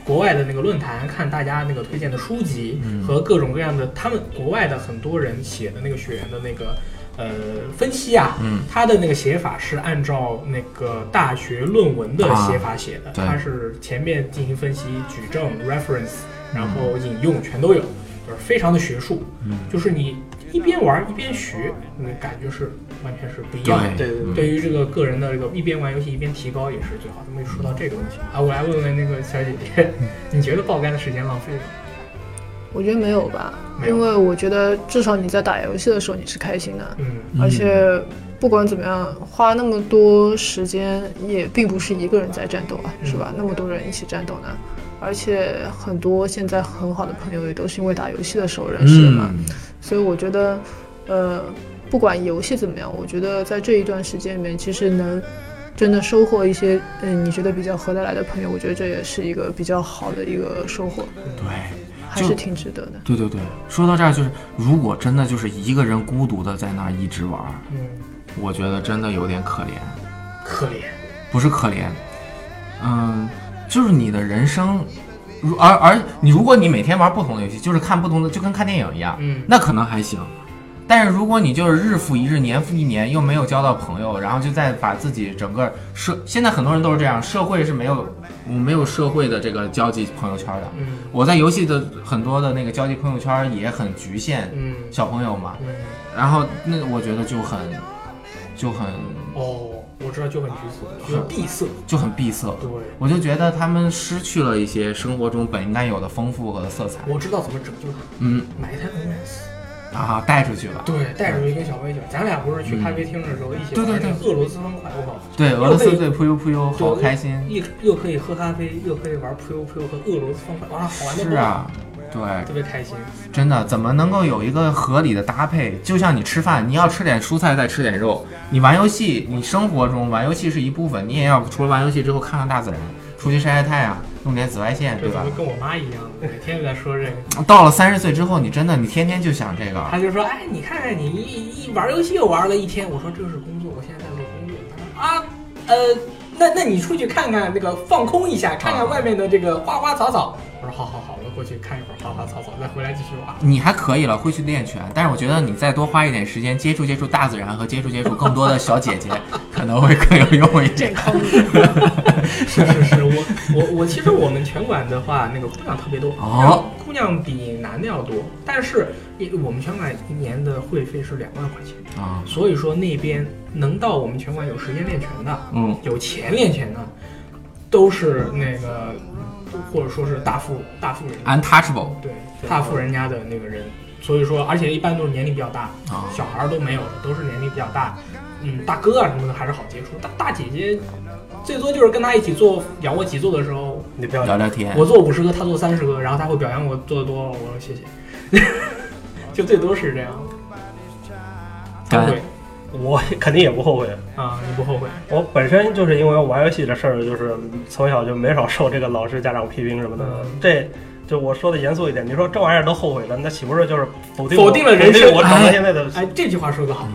S1: 国外的那个论坛看大家那个推荐的书籍
S3: 嗯
S1: 和各种各样的他们国外的很多人写的那个血缘的那个呃分析啊，
S3: 嗯，
S1: 他的那个写法是按照那个大学论文的写法写的，
S3: 啊对
S1: 他是前面进行分析、举证、reference，然后引用全都有，就是非常的学术，
S3: 嗯
S1: 就是你一边玩一边学，那感觉是完全是不一样的。
S2: 对
S3: 嗯
S1: 对
S2: 对
S1: 于这个个人的这个一边玩游戏一边提高也是最好的。那么说到这个东西啊，我来问问那个小姐姐，
S3: 嗯
S1: <laughs> 你觉得爆肝的时间浪费吗？
S4: 我觉得没有吧，
S1: 没有
S4: 因为我觉得至少你在打游戏的时候你是开心的，
S1: 嗯，
S4: 而且不管怎么样，花那么多时间也并不是一个人在战斗啊，
S1: 嗯
S4: 是吧？那么多人一起战斗呢，而且很多现在很好的朋友也都是因为打游戏的时候认识的嘛，
S3: 嗯，
S4: 所以我觉得，呃，不管游戏怎么样，我觉得在这一段时间里面，其实能真的收获一些，嗯，你觉得比较合得来的朋友，我觉得这也是一个比较好的一个收获，
S3: 对。
S4: 还是挺值得的。
S3: 对对对，说到这儿就是，如果真的就是一个人孤独的在那儿一直玩儿，
S1: 嗯，
S3: 我觉得真的有点可怜。
S1: 可怜。
S3: 不是可怜，嗯，就是你的人生，如而而你如果你每天玩不同的游戏，就是看不同的，就跟看电影一样，
S1: 嗯，
S3: 那可能还行。但是如果你就是日复一日、年复一年，又没有交到朋友，然后就再把自己整个社，现在很多人都是这样，社会是没有没有社会的这个交际朋友圈的。
S1: 嗯
S3: 我在游戏的很多的那个交际朋友圈也很局限
S1: 嗯
S3: 小朋友嘛，
S1: 嗯，
S3: 然后那我觉得就很就很
S1: 哦，我知道就很局促，就是闭塞。
S3: 就很闭塞。
S1: 对，
S3: 我就觉得他们失去了一些生活中本应该有的丰富和色彩。
S1: 我知道怎么拯救他，
S3: 嗯，
S1: 买一台 NS。
S3: 啊带出去了。
S1: 对，带出去跟小朋友一起玩。咱俩不是去咖啡厅的时候一起
S3: 对
S1: 玩
S3: 对
S1: 那个俄罗斯方块，我靠，
S3: 对，俄罗斯队扑悠扑悠，好开心。
S1: 一又可以喝咖啡，又可以玩扑悠扑悠和俄罗斯方块，哇，好玩的
S3: 是啊，对，
S1: 特别开心。
S3: 真的，怎么能够有一个合理的搭配？就像你吃饭，你要吃点蔬菜，再吃点肉。你玩游戏，你生活中玩游戏是一部分，你也要除了玩游戏之后看看大自然，出去晒晒太阳，弄点紫外线，
S1: 这
S3: 对
S1: 怎
S3: 吧
S1: 么？跟我妈一样，每天都在说这个。
S3: 到了三十岁之后，你真的你天天就想这个，
S1: 她就说：“哎，你看看你一一玩游戏又玩了一天。”我说：“这是工作，我现在在做工作。”她说：“啊，呃，那那你出去看看那个放空一下，看看外面的这个花花草草。”我说：“好好好，我过去看一会儿花花草草，再回来继续玩。
S3: 你还可以了，会去练拳，但是我觉得你再多花一点时间接触接触大自然和接触接触更多的小姐姐，可能会更有用一点
S4: 健。康的。”
S1: 是是是，我 <laughs> 我我其实我们拳馆的话，那个姑娘特别多，
S3: 哦，
S1: 姑娘比男的要多，但是一我们拳馆一年的会费是两万块钱，
S3: 啊，
S1: 所以说那边能到我们拳馆有时间练拳的，
S3: 嗯，
S1: 有钱练拳的，都是那个或者说是大富大富人，
S3: 啊，untouchable
S1: 对大富人家的那个人。所以说，而且一般都是年龄比较大，
S3: 啊，
S1: 小孩儿都没有的，都是年龄比较大。嗯，大哥啊什么的还是好接触，大大姐姐最多就是跟他一起做仰卧起坐的时候，
S2: 你不要
S3: 聊聊天，
S1: 我做五十个，他做三十个，然后他会表扬我做的多，我说谢谢， <laughs> 就最多是这样。后
S3: 干
S1: 悔
S2: 我肯定也不后悔。
S1: 啊，你不后悔？
S2: 我本身就是因为玩游戏这事儿，就是从小就没少受这个老师、家长批评什么的。
S1: 嗯
S2: 这就我说的严肃一点，你说这玩意儿都后悔了，那岂不是就是否定我
S1: 否定了人生
S2: 否定我长到现在的
S1: 哎，这句话说得好，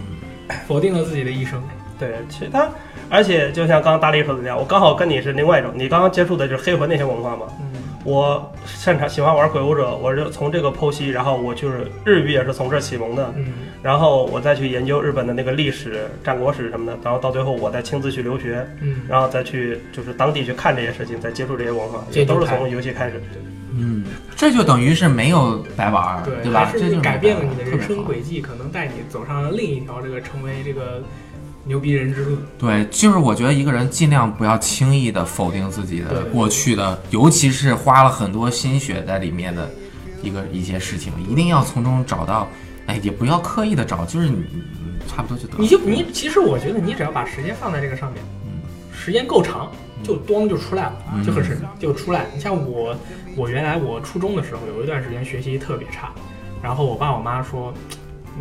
S1: 否定了自己的一生。
S2: 对，其他，而且就像刚刚大力说的那样，我刚好跟你是另外一种，你刚刚接触的就是黑魂那些文化嘛。
S1: 嗯，
S2: 我擅长喜欢玩鬼武者，我就从这个剖析，然后我就是日语也是从这儿启蒙的，
S1: 嗯
S2: 然后我再去研究日本的那个历史、战国史什么的，然后到最后我再亲自去留学，
S1: 嗯，
S2: 然后再去就是当地去看这些事情，再接触这些文化，
S1: 这
S2: 也
S1: 就
S2: 都是
S1: 看
S2: 从游戏开始。
S3: 嗯，这就等于是没有白玩儿，
S1: 对，
S3: 啊对吧？
S1: 还
S3: 这
S1: 是
S3: 就
S1: 改变了你的
S3: 特别
S1: 人生
S3: 好
S1: 轨迹，可能带你走上另一条这个成为这个牛逼人之路。
S3: 对，就是我觉得一个人尽量不要轻易的否定自己的
S1: 对
S3: 过去的，尤其是花了很多心血在里面的一个一些事情，一定要从中找到。哎，也不要刻意的找，就是你嗯差不多就得了。
S1: 你就你，其实我觉得你只要把时间放在这个上面，时间够长，就咣就出来了，
S3: 嗯
S1: 就很神，就出来。你像我，我原来我初中的时候有一段时间学习特别差，然后我爸我妈说，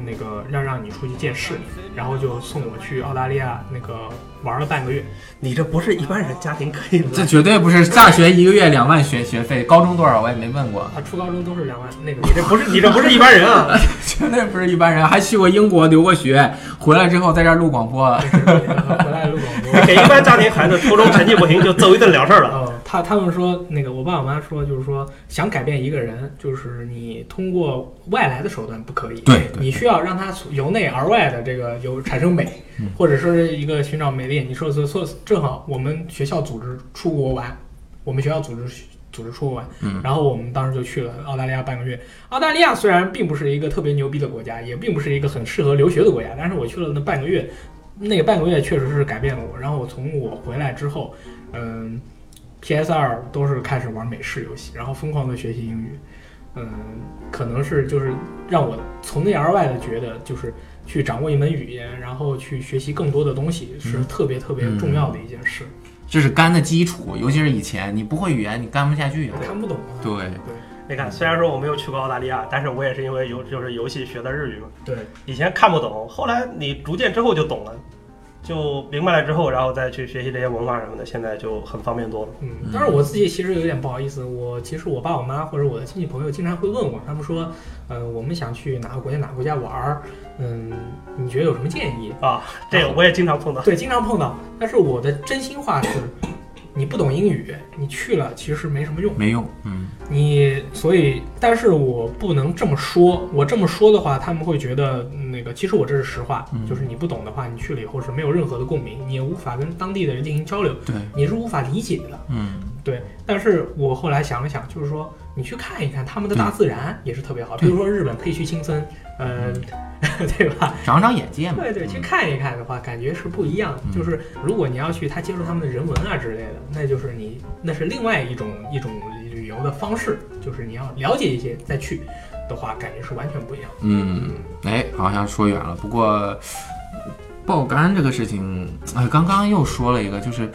S1: 那个要让你出去见世面，然后就送我去澳大利亚那个玩了半个月。
S2: 你这不是一般人家庭可以
S3: 这绝对不是大学一个月两万学学费，高中多少我也没问过， <laughs>
S1: 啊，初高中都是 <laughs> 两万，那个
S2: 你这不是你这不是一般人啊！
S3: 绝对不是一般人。还去过英国留过学，回来之后在这儿录广播，
S1: 回来录广播。
S2: 给一般家庭孩 <laughs> 子初中成绩不行就揍一顿了事儿了。
S1: 哦，他他们说那个，我爸我妈说，就是说想改变一个人，就是你通过外来的手段不可以，
S3: 对对
S1: 你需要让他从由内而外的这个有产生美，
S3: 嗯
S1: 或者说是一个寻找美丽。你说说说，正好我们学校组织出国玩，我们学校组织组织出国玩，
S3: 嗯
S1: 然后我们当时就去了澳大利亚半个月。澳大利亚虽然并不是一个特别牛逼的国家，也并不是一个很适合留学的国家，但是我去了那半个月，那个半个月确实是改变了我。然后我从我回来之后，嗯，PS 二都是开始玩美式游戏，然后疯狂的学习英语。嗯，可能是就是让我从内而外的觉得，就是去掌握一门语言，然后去学习更多的东西，是特别特别重要的一件事。
S3: 这是干的基础。尤其是以前你不会语言，你干不下去。
S1: 看不懂啊。
S3: 嗯对，
S2: <laughs> 你看，虽然说我没有去过澳大利亚，但是我也是因为游就是游戏学的日语嘛。
S1: 对，
S2: 以前看不懂，后来你逐渐之后就懂了，就明白了之后，然后再去学习这些文化什么的，现在就很方便多了。
S1: 嗯，但是我自己其实有点不好意思，我其实我爸我妈或者我的亲戚朋友经常会问我，他们说，呃，我们想去哪个国家哪个国家玩儿，嗯，你觉得有什么建议？
S2: 啊，这个我也经常碰到。
S1: 对，经常碰到。但是我的真心话是，你不懂英语，你去了其实没什么用。
S3: 没用。嗯，
S1: 你所以，但是我不能这么说，我这么说的话，他们会觉得嗯那个，其实我这是实话，就是你不懂的话，你去了以后是没有任何的共鸣，你也无法跟当地的人进行交流，
S3: 对，
S1: 你是无法理解的。
S3: 嗯，
S1: 对，但是我后来想了想，就是说你去看一看他们的大自然也是特别好，比
S3: 对
S1: 如说日本可以去青森，呃， <laughs> 对吧？
S3: 长长眼界嘛。
S1: 对对，去看一看的话，感觉是不一样的。
S3: 嗯
S1: 就是如果你要去他接触他们的人文啊之类的，那就是你那是另外一种一种语游的方式，就是你要了解一些再去的话，感觉是完全不一样。
S3: 嗯，哎，好像说远了。不过爆肝这个事情，哎，刚刚又说了一个，就是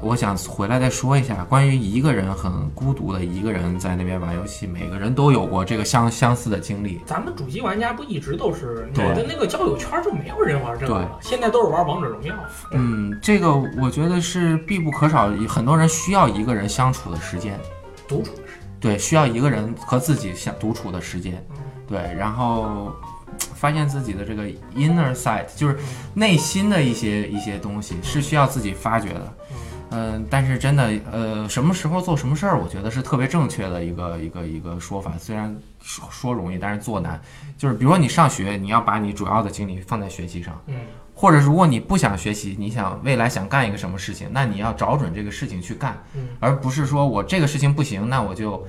S3: 我想回来再说一下关于一个人很孤独的一个人在那边玩游戏，每个人都有过这个相相似的经历。
S1: 咱们主机玩家不一直都是你
S3: 对
S1: 的那个交友圈就没有人玩这个了，现在都是玩王者荣耀。
S3: 嗯，这个我觉得是必不可少，很多人需要一个人相处的时间。
S1: 独处的时
S3: 对，需要一个人和自己相独处的时
S1: 嗯
S3: 间，对，然后嘖发现自己的这个 inner side，就是内心的一些一些东西是需要自己发掘的。嗯、但是真的，呃，什么时候做什么事儿，我觉得是特别正确的一个一个一个说法。虽然说说容易，但是做难。就是比如说你上学，你要把你主要的精力放在学习上。
S1: 嗯，
S3: 或者如果你不想学习，你想未来想干一个什么事情，那你要找准这个事情去干，
S1: 嗯
S3: 而不是说我这个事情不行，那我就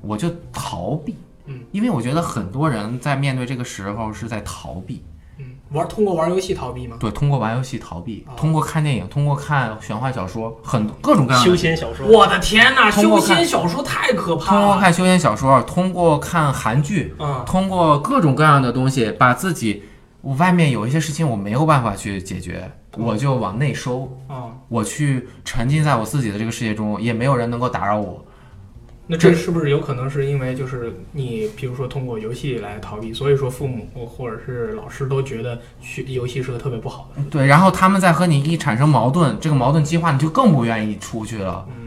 S3: 我就逃避。
S1: 嗯，
S3: 因为我觉得很多人在面对这个时候是在逃避，
S1: 嗯，玩通过玩游戏逃避吗？
S3: 对，通过玩游戏逃避
S1: 哦，
S3: 通过看电影，通过看玄幻小说，很各种各样
S2: 修
S3: 的。
S2: 仙小说，
S1: 我的天呐，
S3: 通
S1: 修
S3: 过看
S1: 仙小说太可怕
S3: 通过
S1: 了。
S3: 看修仙小说，通过看韩剧，
S1: 嗯，
S3: 通过各种各样的东西，把自己我外面有一些事情我没有办法去解决，我就往内收，
S1: 哦，
S3: 我去沉浸在我自己的这个世界中，也没有人能够打扰我。
S1: 那这是不是有可能是因为就是你，比如说通过游戏来逃避，所以说父母或者是老师都觉得学游戏是个特别不好的。
S3: 对，然后他们再和你一产生矛盾，这个矛盾激化，你就更不愿意出去了。
S1: 嗯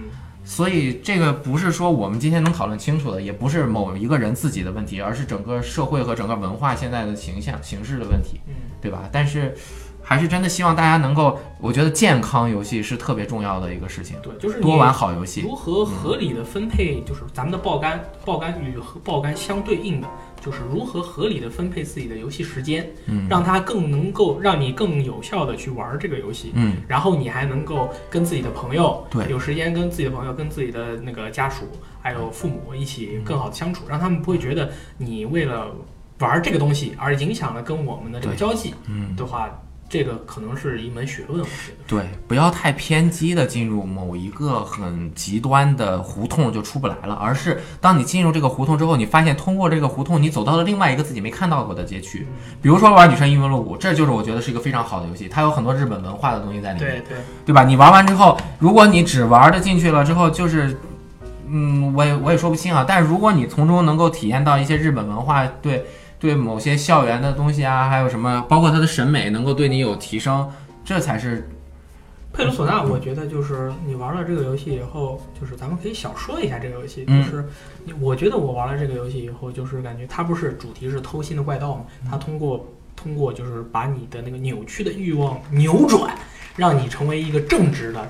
S3: 所以这个不是说我们今天能讨论清楚的，也不是某一个人自己的问题，而是整个社会和整个文化现在的形象形式的问题，
S1: 嗯，
S3: 对吧？但是还是真的希望大家能够，我觉得健康游戏是特别重要的一个事情，
S1: 对，就是你
S3: 多玩好游戏。
S1: 如何合理的分配，就是咱们的爆肝，爆肝与和爆肝相对应的，就是如何合理的分配自己的游戏时间，
S3: 嗯
S1: 让它更能够让你更有效的去玩这个游戏。
S3: 嗯，
S1: 然后你还能够跟自己的朋友，
S3: 对
S1: 有时间跟自己的朋友、跟自己的那个家属，还有父母一起更好的相处，让他们不会觉得你为了玩这个东西而影响了跟我们的这个
S3: 对
S1: 交际
S3: 嗯，
S1: 的话，这个可能是一门学问，我觉得。
S3: 对，不要太偏激的进入某一个很极端的胡同就出不来了，而是当你进入这个胡同之后，你发现通过这个胡同，你走到了另外一个自己没看到过的街区。比如说玩《女神异闻录五》，这就是我觉得是一个非常好的游戏，它有很多日本文化的东西在
S1: 嗯
S3: 里面，
S2: 对对，
S3: 对吧？你玩完之后，如果你只玩的进去了之后，就是。嗯，我也我也说不清啊，但是如果你从中能够体验到一些日本文化对对某些校园的东西啊，还有什么，包括它的审美能够对你有提升，这才是
S1: 佩鲁
S3: 嗯
S1: 索纳，我觉得就是你玩了这个游戏以后，就是咱们可以小说一下这个游戏。就
S3: 嗯
S1: 是你我觉得我玩了这个游戏以后，就是感觉它不是主题是偷心的怪盗嘛，
S3: 嗯
S1: 它通过通过就是把你的那个扭曲的欲望扭转，让你成为一个正直的，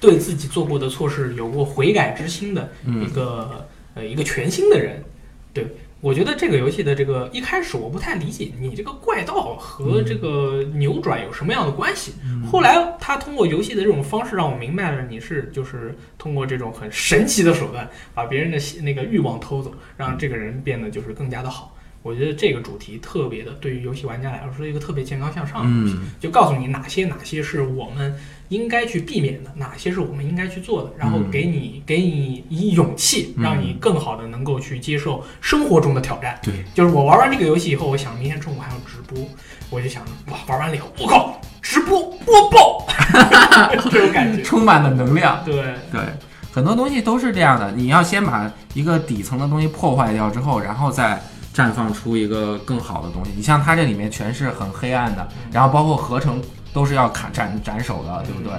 S1: 对自己做过的错事有过悔改之心的
S3: 嗯
S1: 一个、呃一个全新的人。对我觉得这个游戏的这个一开始我不太理解你这个怪盗
S3: 嗯
S1: 和这个扭转有什么样的关系。后来他通过游戏的这种方式让我明白了，你是就是通过这种很神奇的手段把别人的心那个欲望偷走，让这个人变得就是更加的好。我觉得这个主题特别的，对于游戏玩家来说是一个特别健康向上的东西。
S3: 嗯
S1: 就告诉你哪些哪些是我们应该去避免的，哪些是我们应该去做的，然后
S3: 嗯
S1: 给你给你以勇气，
S3: 嗯
S1: 让你更好的能够去接受生活中的挑战。
S3: 对，
S1: 就是我玩完这个游戏以后，我想明天中午还要直播，我就想哇，玩完了以后，我靠，直播播爆， <laughs> 这种感觉。
S3: <laughs> 充满了能量。
S1: 对，
S3: 对，很多东西都是这样的，你要先把一个底层的东西破坏掉之后，然后再绽放出一个更好的东西。你像它这里面全是很黑暗的，然后包括合成都是要砍斩斩首
S1: 嗯
S3: 的，对不对？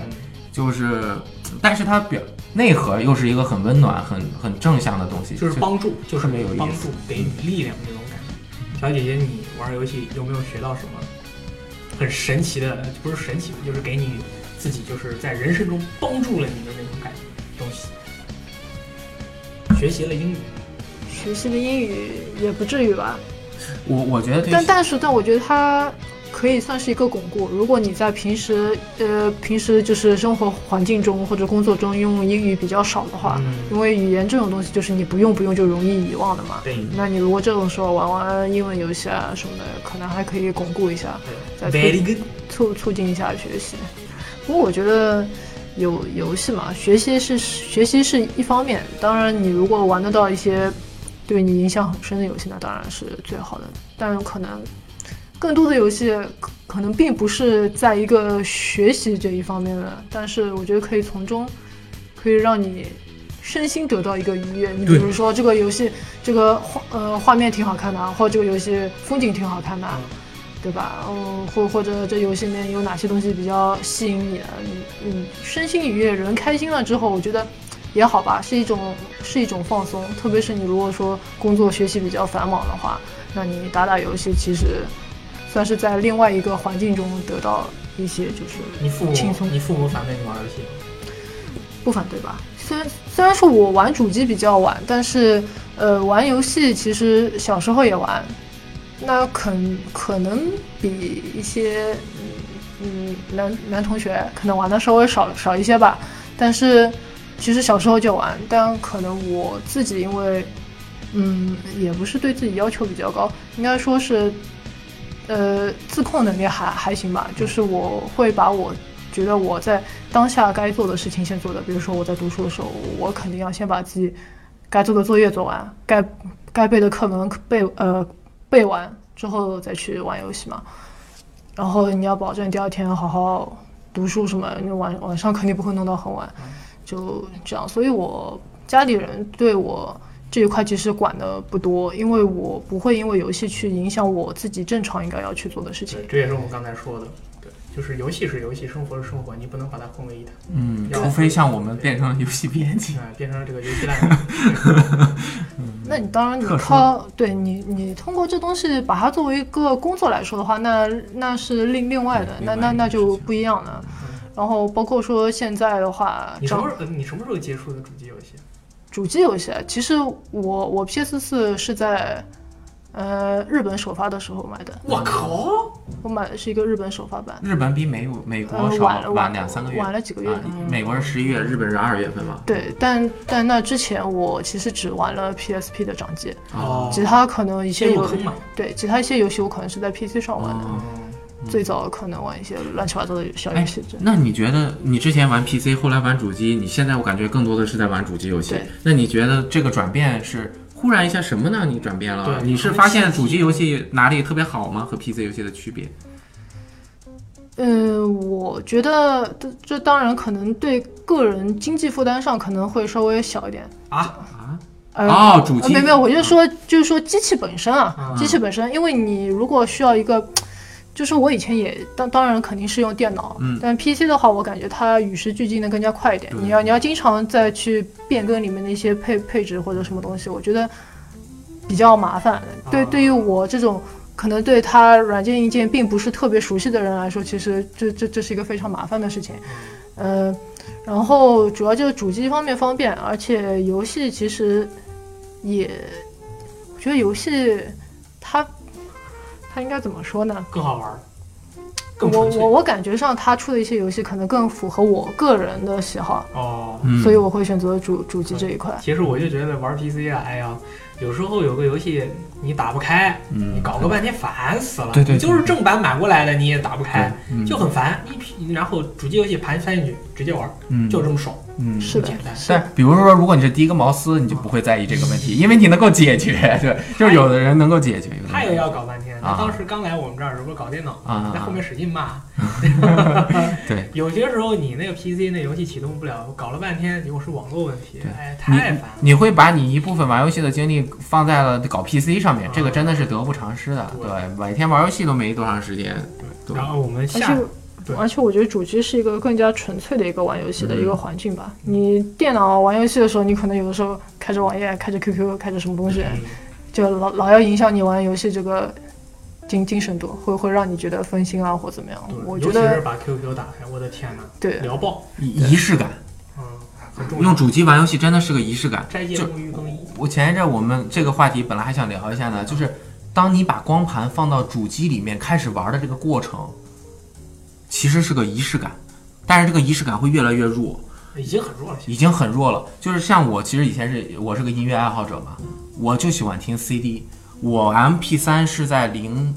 S3: 就是，但是它表内核又是一个很温暖、很很正向的东西，
S1: 就是帮助，就是
S3: 特别有意思
S1: 帮助，给你力量那种感觉。小姐姐，你玩游戏有没有学到什么很神奇的？不是神奇吧，就是给你自己就是在人生中帮助了你的那种感觉东西。学习了英语，
S4: 学习的英语也不至于吧，
S3: 我我觉得对
S4: 但但是但我觉得它可以算是一个巩固。如果你在平时呃平时就是生活环境中或者工作中用英语比较少的话，
S1: 嗯
S4: 因为语言这种东西就是你不用不用就容易遗忘的嘛。
S1: 对，
S4: 那你如果这种时候玩玩英文游戏啊什么的，可能还可以巩固一下，再
S1: very good，
S4: 促促进一下学习。不过我觉得有游戏嘛，学习是学习是一方面，当然你如果玩得到一些对你影响很深的游戏，那当然是最好的。但可能更多的游戏可可能并不是在一个学习这一方面的，但是我觉得可以从中可以让你身心得到一个愉悦。你比
S3: 对
S4: 如说这个游戏这个画呃画面挺好看的啊，或者这个游戏风景挺好看的啊。对吧？嗯，或或者这游戏里面有哪些东西比较吸引你的？你你身心愉悦，人开心了之后，我觉得也好吧，是一种是一种放松。特别是你如果说工作学习比较繁忙的话，那你打打游戏其实算是在另外一个环境中得到一些就是
S1: 你父母
S4: 轻松
S1: 你父母反对你玩游戏吗？
S4: 不反对吧？虽然虽然说我玩主机比较晚，但是呃，玩游戏其实小时候也玩，那肯可能比一些嗯嗯男男同学可能玩的稍微少少一些吧，但是其实小时候就玩，但可能我自己因为嗯也不是对自己要求比较高，应该说是呃自控能力还还行吧，就是我会把我觉得我在当下该做的事情先做的，比如说我在读书的时候，我肯定要先把自己该做的作业做完，该该背的课文背呃背完之后再去玩游戏嘛。然后你要保证第二天好好读书什么，你晚晚上肯定不会弄到很晚，就这样。所以我家里人对我这一块其实管的不多，因为我不会因为游戏去影响我自己正常应该要去做的事情
S1: 对，。这也是我们刚才说的。对，就是游戏是游戏，生活是生活，你不能把它混为一谈，
S3: 嗯，
S1: 要
S3: 除非像我们变成了游戏编辑，
S1: 啊、变成了这个游戏烂人。
S4: <laughs> 那你当然你
S3: 特殊
S4: 靠对你你通过这东西把它作为一个工作来说的话，那那是另另外的，
S3: 对
S4: 那
S3: 另外
S4: 那
S3: 一个
S4: 那
S3: 事
S4: 就
S3: 情
S4: 不一样了。
S1: 嗯
S4: 然后包括说现在的话，
S1: 你什
S4: 掌
S1: 么时候你什么时候接触的主机游戏？
S4: 主机游戏，其实我我 PS 四是在呃日本首发的时候买的，
S1: 我靠！
S4: 我买的是一个日本首发版，
S3: 日本比美美国
S4: 呃
S3: 少
S4: 晚了
S3: 嗯晚两三个月
S4: 晚了几个月。
S3: 啊，美国是十一月，日本是二月份嘛。
S4: 对，但但那之前我其实只玩了 PSP 的掌机，
S1: 哦
S4: 其他可能一些
S1: 先入
S4: 游
S1: 坑嘛。
S4: 对其他一些游戏我可能是在 PC 上玩的。
S3: 哦
S4: 最早可能玩一些乱七八糟的小游
S3: 哎
S4: 戏，这样
S3: 那你觉得你之前玩 PC，后来玩主机，你现在我感觉更多的是在玩主机游戏
S4: 对。
S3: 那你觉得这个转变是忽然一下什么呢？你转变了，
S1: 对
S3: 你是发现主机游戏哪里特别好吗？和 PC 游戏的区别？
S4: 嗯，我觉得这这当然可能对个人经济负担上可能会稍微小一点
S1: 啊
S3: 啊，
S4: 呃，
S3: 哦，主
S4: 呃
S3: 机
S4: 没有没有，我就说就是说机器本身啊
S1: 嗯，
S4: 机器本身，因为你如果需要一个，就是我以前也当当然肯定是用电脑，
S3: 嗯
S4: 但 PC 的话，我感觉它与时俱进的更加快一点。
S3: 对
S4: 你要你要经常再去变更里面的一些配配置或者什么东西，我觉得比较麻
S3: 啊
S4: 烦。对，对于我这种。可能对它软件硬件并不是特别熟悉的人来说，其实这这这是一个非常麻烦的事情。呃，然后主要就是主机方面方便，而且游戏其实也，我觉得游戏它它应该怎么说呢？
S1: 更好玩儿，更
S4: 我
S1: 纯粹
S4: 我我感觉上它出的一些游戏可能更符合我个人的喜好，
S1: 哦。
S3: 嗯，
S4: 所以我会选择主主机这一块。
S1: 其实我就觉得玩 PC 啊，哎呀，有时候有个游戏你打不开，你
S3: 嗯，
S1: 搞个半天烦死了。
S3: 对对对
S1: 你就是正版买过来的你也打不开，
S3: 嗯
S1: 就很烦。一批然后主机游戏盘塞进去直接玩，
S3: 嗯
S1: 就这么爽，
S3: 嗯
S4: 是的
S1: 简单，
S4: 是
S3: 但
S4: 的
S3: 比如说，如果你是第一个毛丝，你就不会在意这个问题，因为你能够解决。对，就是有的人能够解决，有的人
S1: 他也要搞半天。他
S3: 嗯啊
S1: 当时刚来我们这儿的时候搞电脑，
S3: 啊
S1: 在后面使劲骂。
S3: <laughs> 对，
S1: 有些时候你那个 PC 那游戏启动不了，搞了半天结果是网络问题
S3: 对，
S1: 哎，
S3: 你
S1: 太烦了。
S3: 你会把你一部分玩游戏的精力放在了搞 PC 上面
S1: 啊，
S3: 这个真的是得不偿失的。
S1: 对
S3: 对，每天玩游戏都没多长时间。对
S1: 然后我们
S4: 而
S1: 下
S4: 且
S1: 对
S4: 而且我觉得主机是一个更加纯粹的一个玩游戏的
S3: 嗯
S4: 一个环境吧。你电脑玩游戏的时候，你可能有的时候开着网页、开着 QQ、开着什么东西，
S1: 嗯
S4: 就老老要影响你玩游戏这个精精神度，会会让你觉得分心啊或怎么样
S1: 对。
S4: 我
S1: 嗯尤
S4: 觉
S1: 其是
S4: 得
S1: 把 QQ 打开，我的天哪，
S4: 对，
S1: 聊爆，
S3: 仪仪式感，
S1: 嗯，很重要
S3: 用。主机玩游戏真的是个仪式感。
S1: 斋戒沐浴更衣，
S3: 我前一阵我们这个话题本来还想聊一下呢，就是当你把光盘放到主机里面开始玩的这个过程，其实是个仪式感，但是这个仪式感会越来越弱。
S1: 已经很弱了。现
S3: 已经很弱了。就是像我，其实以前是我是个音乐爱好者嘛，我就喜欢听 CD。我 MP 3是在零，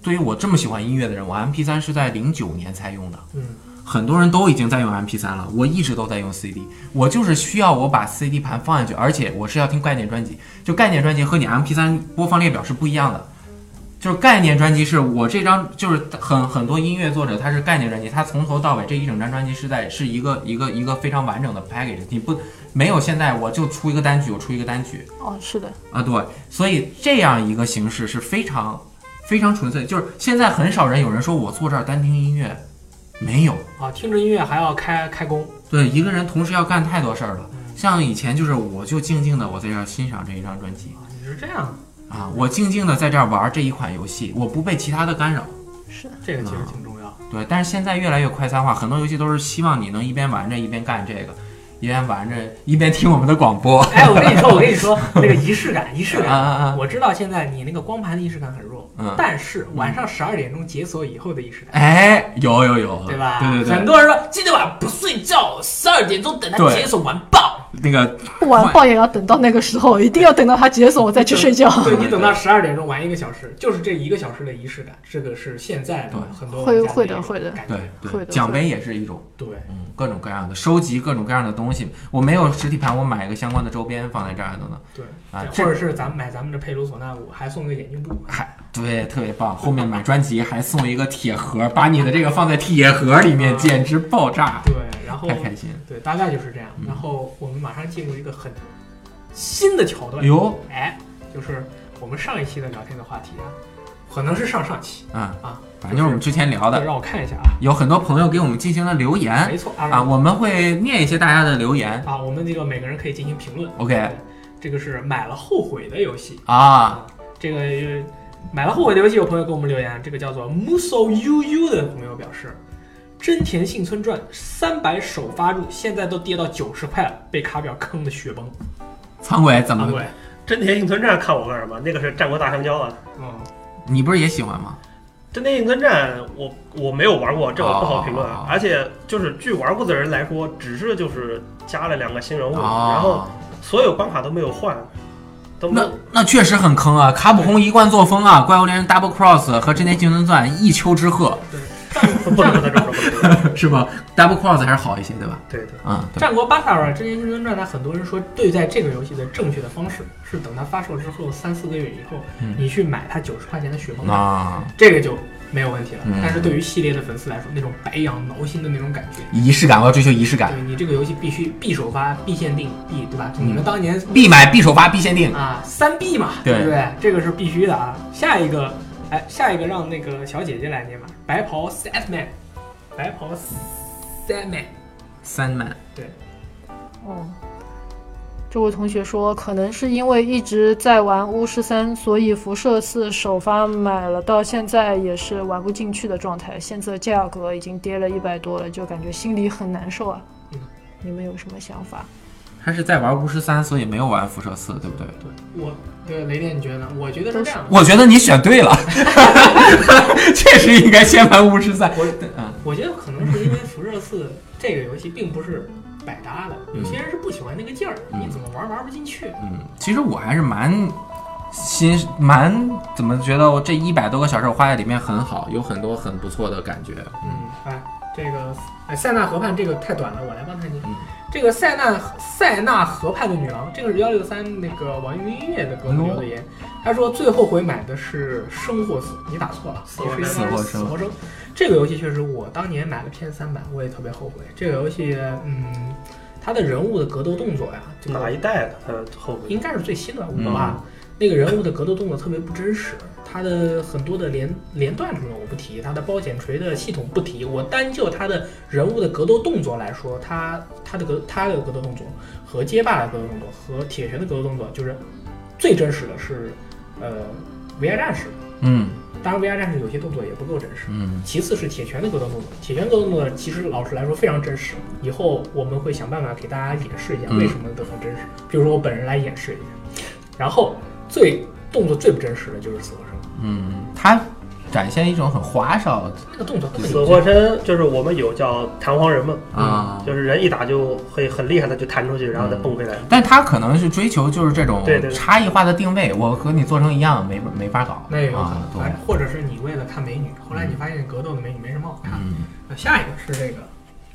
S3: 对于我这么喜欢音乐的人，我 MP 3是在零九年才用的。
S1: 在嗯，
S3: 很多人都已经在用 MP 3了，我一直都在用 CD，我就是需要我把 CD 盘放进去，而且我是要听概念专辑，就概念专辑和你 MP 3播放列表是不一样的。就是概念专辑是我这张，就是很很多音乐作者他是概念专辑，他从头到尾这一整张专辑是在是一个一个一个非常完整的 package，你不没有现在我就出一个单曲，我出一个单曲，
S4: 哦，是的，
S3: 啊，对，所以这样一个形式是非常非常纯粹，就是现在很少人有人说我坐这儿单听音乐，没有，
S1: 啊，听着音乐还要开开工，
S3: 对，一个人同时要干太多事儿了。像以前就是我就静静的我在这儿欣赏这一张专辑
S1: 啊，你是这样，
S3: 啊，我静静的在这儿玩这一款游戏，我不被其他的干扰。
S4: 是
S1: <laughs>
S4: 的，
S1: 这个其实挺重要。
S3: 对，但是现在越来越快餐化，很多游戏都是希望你能一边玩着一边干这个，一边玩着一边听我们的广播。
S1: 哎，我跟你说，我跟你说，那个仪式感，仪式
S3: 啊
S1: 感。
S3: 啊啊！
S1: 我知道现在你那个光盘的仪式感很弱，
S3: 嗯
S1: 但是晚上十二点钟解锁以后的仪式感，
S3: 哎，有有有，
S1: 对吧？
S3: 对对对，
S1: 很多人说今天晚上不睡觉，十二点钟等它
S3: 对
S1: 解锁完爆。
S3: 那个
S4: 不玩爆也要等到那个时候，一定要等到它解锁我再去
S1: <laughs>
S4: 睡觉，
S1: 对你等到十二点钟玩一个小时，就是这一个小时的仪式感，这个是现在的
S3: 对
S1: 很多
S4: 会
S1: 玩家
S4: 会的
S1: 一种
S4: 会的
S1: 感觉
S3: <laughs> 对
S4: 会
S3: 对，
S4: 的
S3: 奖
S4: 会的
S3: 杯也是一种。
S1: 对。
S3: 嗯，各种各样的，收集各种各样的东西。我没有实体盘，我买一个相关的周边放在这儿的呢。
S1: 对，
S3: 啊，
S1: 或
S3: 这
S1: 者是咱们买咱们的佩鲁索纳五，还送个眼镜
S3: <laughs>
S1: 布，
S3: 还对特别棒。后面买专辑还送一个铁盒，把你的这个放在铁盒里面，
S1: 啊
S3: 简直爆炸，
S1: 对，然后
S3: 太开心了。
S1: 对，大概就是这样
S3: 哎嗯。
S1: 然后我们马上进入一个很新的桥段
S3: 哎，呦
S1: 哎，就是我们上一期的聊天的话题啊，可能是上上期
S3: 啊，
S1: 啊，
S3: 反正就是我们之前聊
S1: 对
S3: 的，
S1: 让我看一下啊，
S3: 有很多朋友给我们进行了留言
S1: 没错
S3: 啊，我们会念一些大家的留言。
S1: 啊，我们这个每个人可以进行评论。
S3: OK
S1: 这个是买了后悔的游戏
S3: 啊，，
S1: 这个呃买了后悔的游戏有朋友给我们留言，这个叫做 Muso UU 的朋友表示。真田幸村传三百首发入，现在都跌到九十块了，被卡表坑的血崩。
S3: 苍鬼怎
S1: 啊
S3: 么？
S1: 对，
S2: 真田幸村站看我干什么？那个是战国大香蕉啊！
S1: 嗯，
S3: 你不是也喜欢吗？
S2: 真田幸村站我我没有玩过，这我不好评论
S3: 哦
S2: 啊。而且就是据玩过的人来说，只是就是加了两个新人物，哦然后
S3: 啊，
S2: 所有关卡都没有换，都没
S3: 那
S2: 有。
S3: 那确实很坑啊！卡普空一贯作风啊，怪物猎人 Double Cross 和真田幸村传一丘之貉。 <laughs>
S1: 嗯
S2: <laughs> 不能不能这么说，不能这么说
S3: 是吧？Double Cross 还是好一些，对吧？
S2: <laughs> 对对。
S3: 嗯，对，
S1: 战国巴塞尔之前《青春战》，它很多人说对待这个游戏的正确的方式是等它发售之后三四个月以后，
S3: 嗯
S1: 你去买它九十块钱的雪崩版，
S3: 那
S1: 这个就没有问题了
S3: 嗯。
S1: 但是对于系列的粉丝来说，那种白羊挠心的那种感觉，
S3: 仪式感，我要追求仪式感，
S1: 对你这个游戏必须必首发、必限定、必对吧？
S3: 嗯
S1: 你们当年
S3: 必买、必首发、必限定。
S1: 啊三 B 嘛，
S3: 嗯对
S1: 对不对？这个是必须的啊。下一个，哎，下一个让那个小姐姐来念吧，白袍 Sad Man，白袍 Sad Man，
S3: 三满，
S1: 嗯
S4: 哦，这位同学说，可能是因为一直在玩巫师三，所以辐射四首发买了，到现在也是玩不进去的状态。现在价格已经跌了一百多了，就感觉心里很难受啊。
S1: 嗯
S4: 你们有什么想法？
S3: 他是在玩巫师三，所以没有玩辐射四，对不对？
S1: 对我。对雷电，你觉得呢？我觉得是这样的。
S3: 我觉得你选对了， <laughs> 确实应该先玩巫师三。
S1: 我
S3: 嗯
S1: 我觉得可能是因为辐射四这个游戏并不是百搭的，
S3: 嗯
S1: 有些人是不喜欢那个劲儿，
S3: 嗯
S1: 你怎么玩玩不进去。
S3: 嗯，其实我还是蛮心蛮怎么觉得我这一百多个小时我花在里面很好，有很多很不错的感觉。嗯，
S1: 嗯，哎，这个哎塞纳河畔这个太短了，我来帮他念
S3: 嗯。
S1: 这个塞纳塞纳河畔的女郎，这个是幺六三那个网易云音乐的
S3: 哎
S1: 给我们留的言，他说最后悔买的是生或死，你打错了，
S2: 死或
S1: 你是
S3: 生
S1: 应该是死或生。这个游戏确实，我当年买了 PS 三版，我也特别后悔。这个游戏，嗯，它的人物的格斗动作呀，这个
S2: 哪一代的他后悔？
S1: 应该是最新的
S3: 嗯
S1: 五吧。啊那个人物的格斗动作特别不真实，他的很多的连连段什么的我不提，他的包剪锤的系统不提，我单就他的人物的格斗动作来说，他他的格他的格斗动作和街霸的格斗动作和铁拳的格斗动作，就是最真实的是，呃，VR 战士，
S3: 嗯
S1: 当然 VR 战士有些动作也不够真实。
S3: 嗯，
S1: 其次是铁拳的格斗动作，铁拳格斗动作其实老实来说非常真实。以后我们会想办法给大家演示一下
S3: 嗯
S1: 为什么都很真实，比如说我本人来演示一下。然后最动作最不真实的就是死活生，
S3: 嗯，它展现一种很花哨
S1: 那个动作根本就
S2: 死或生就是我们有叫弹簧人嘛，嗯
S3: 啊，
S2: 就是人一打就会很厉害的就弹出去，然后再蹦回来。
S3: 但他可能是追求就是这种
S2: 对对对
S3: 差异化的定位，我和你做成一样没没法搞。
S1: 那也有可
S3: 啊
S1: 能，，哎
S3: 对
S1: 反，正或者是你为了看美女，后来你发现格斗的美女没什么好看。
S3: 嗯，
S1: 那下一个是这个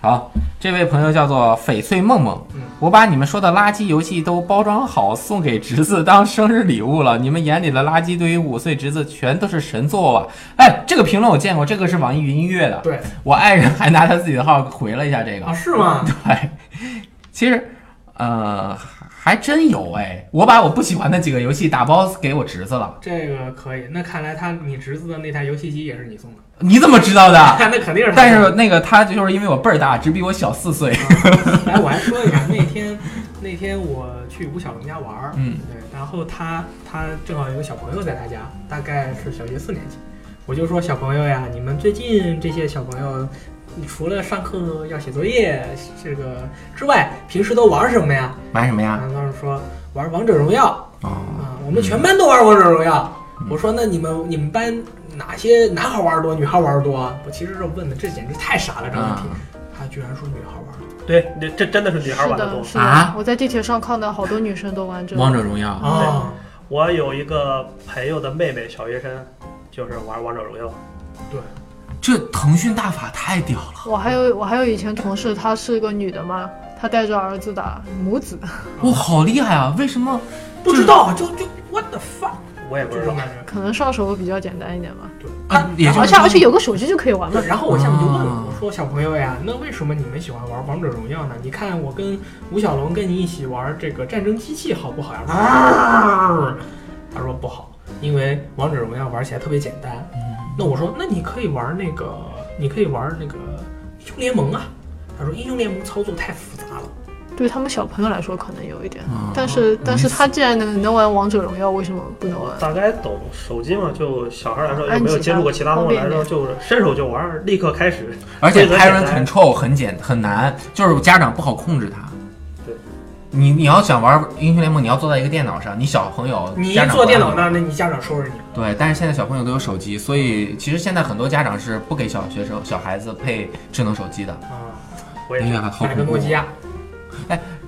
S3: 好，这位朋友叫做翡翠梦梦
S1: 嗯，
S3: 我把你们说的垃圾游戏都包装好送给侄子当生日礼物了。你们眼里的垃圾，对于五岁侄子全都是神作啊！哎，这个评论我见过，这个是网易云音乐的，
S1: 对
S3: 我爱人还拿他自己的号回了一下这个
S1: 啊，。是吗？
S3: 对，其实，呃，还真有哎，我把我不喜欢的几个游戏打包给我侄子了。
S1: 这个可以，那看来他你侄子的那台游戏机也是你送的， <laughs>
S3: 你怎么知道 <laughs> 的？
S1: 那肯定是他送的。
S3: 但是那个他就是因为我倍儿大，只比我小四岁。
S1: 来，我还说一下，那天那天我去吴小龙家玩儿，
S3: 嗯
S1: 对，然后他他正好有个小朋友在他家，大概是小学四年级，我就说小朋友呀，你们最近这些小朋友，除了上课要写作业这个之外，平时都玩什么呀？
S3: 买什么呀？
S1: 然后他们说玩王者荣耀
S3: 哦，
S1: 啊，我们全班都玩王者荣耀。我说那你们你们班哪些男孩玩儿多，女孩玩儿多啊？我其实这问的这简直太傻了，这
S3: 啊
S1: 问题。他居然说女孩玩儿多。
S2: 对，那这真的是女孩
S4: 是
S2: 玩的多
S4: 的，。是
S3: 啊
S4: 的，我在地铁上看到好多女生都玩这个。
S3: 王者荣耀啊，
S1: 啊，
S2: 我有一个朋友的妹妹，小学生，就是玩王者荣耀。
S3: 这腾讯大法太屌了！
S4: 我还有我还有以前同事，她是个女的嘛，她带着儿子打母子， <laughs>
S3: 哇，好厉害啊！为什么？
S1: 不知道，就就 what the fuck
S2: 我也不
S1: 这
S2: 知
S1: 种
S2: 道，
S1: 感觉。
S4: 可能上手比较简单一点吧。
S3: 啊，也就
S4: 而
S3: 是
S4: 且而且有个手机就可以玩嘛
S1: 对，。然后我下面就问
S3: 啊
S1: 了我说：“小朋友呀，那为什么你们喜欢玩王者荣耀呢？你看我跟吴小龙跟你一起玩这个战争机器好不好呀？”
S3: 啊
S1: 他说不好，因为王者荣耀玩起来特别简单。
S3: 嗯
S1: 那我说：“那你可以玩那个，你可以玩那个英雄联盟啊。”他说：“英雄联盟操作太复杂了。
S4: 对他们小朋友来说可能有一点，
S3: 嗯
S4: 但是但是他既然能能玩王者荣耀，为什么不能玩？
S2: 大概懂手机嘛，就小孩来说，有没有接触过其他东西来说，就是伸手就玩，立刻开始。
S3: 而且
S2: 规则
S3: Parent
S2: 简单
S3: Control 很简很难，就是家长不好控制他。
S2: 对，
S3: 你你要想玩英雄联盟，你要坐在一个电脑上，你小朋友
S1: 你
S3: 家
S1: 一
S3: 长
S1: 坐
S3: 不
S1: 电
S3: 让
S1: 脑那儿，那你家长收拾你。
S3: 对，但是现在小朋友都有手机，所以其实现在很多家长是不给小学生、小孩子配智能手机的。
S1: 啊，
S2: 我也
S3: 哎
S2: 是
S3: 呀，好
S1: 买个
S3: 恐怖
S1: 诺！基亚，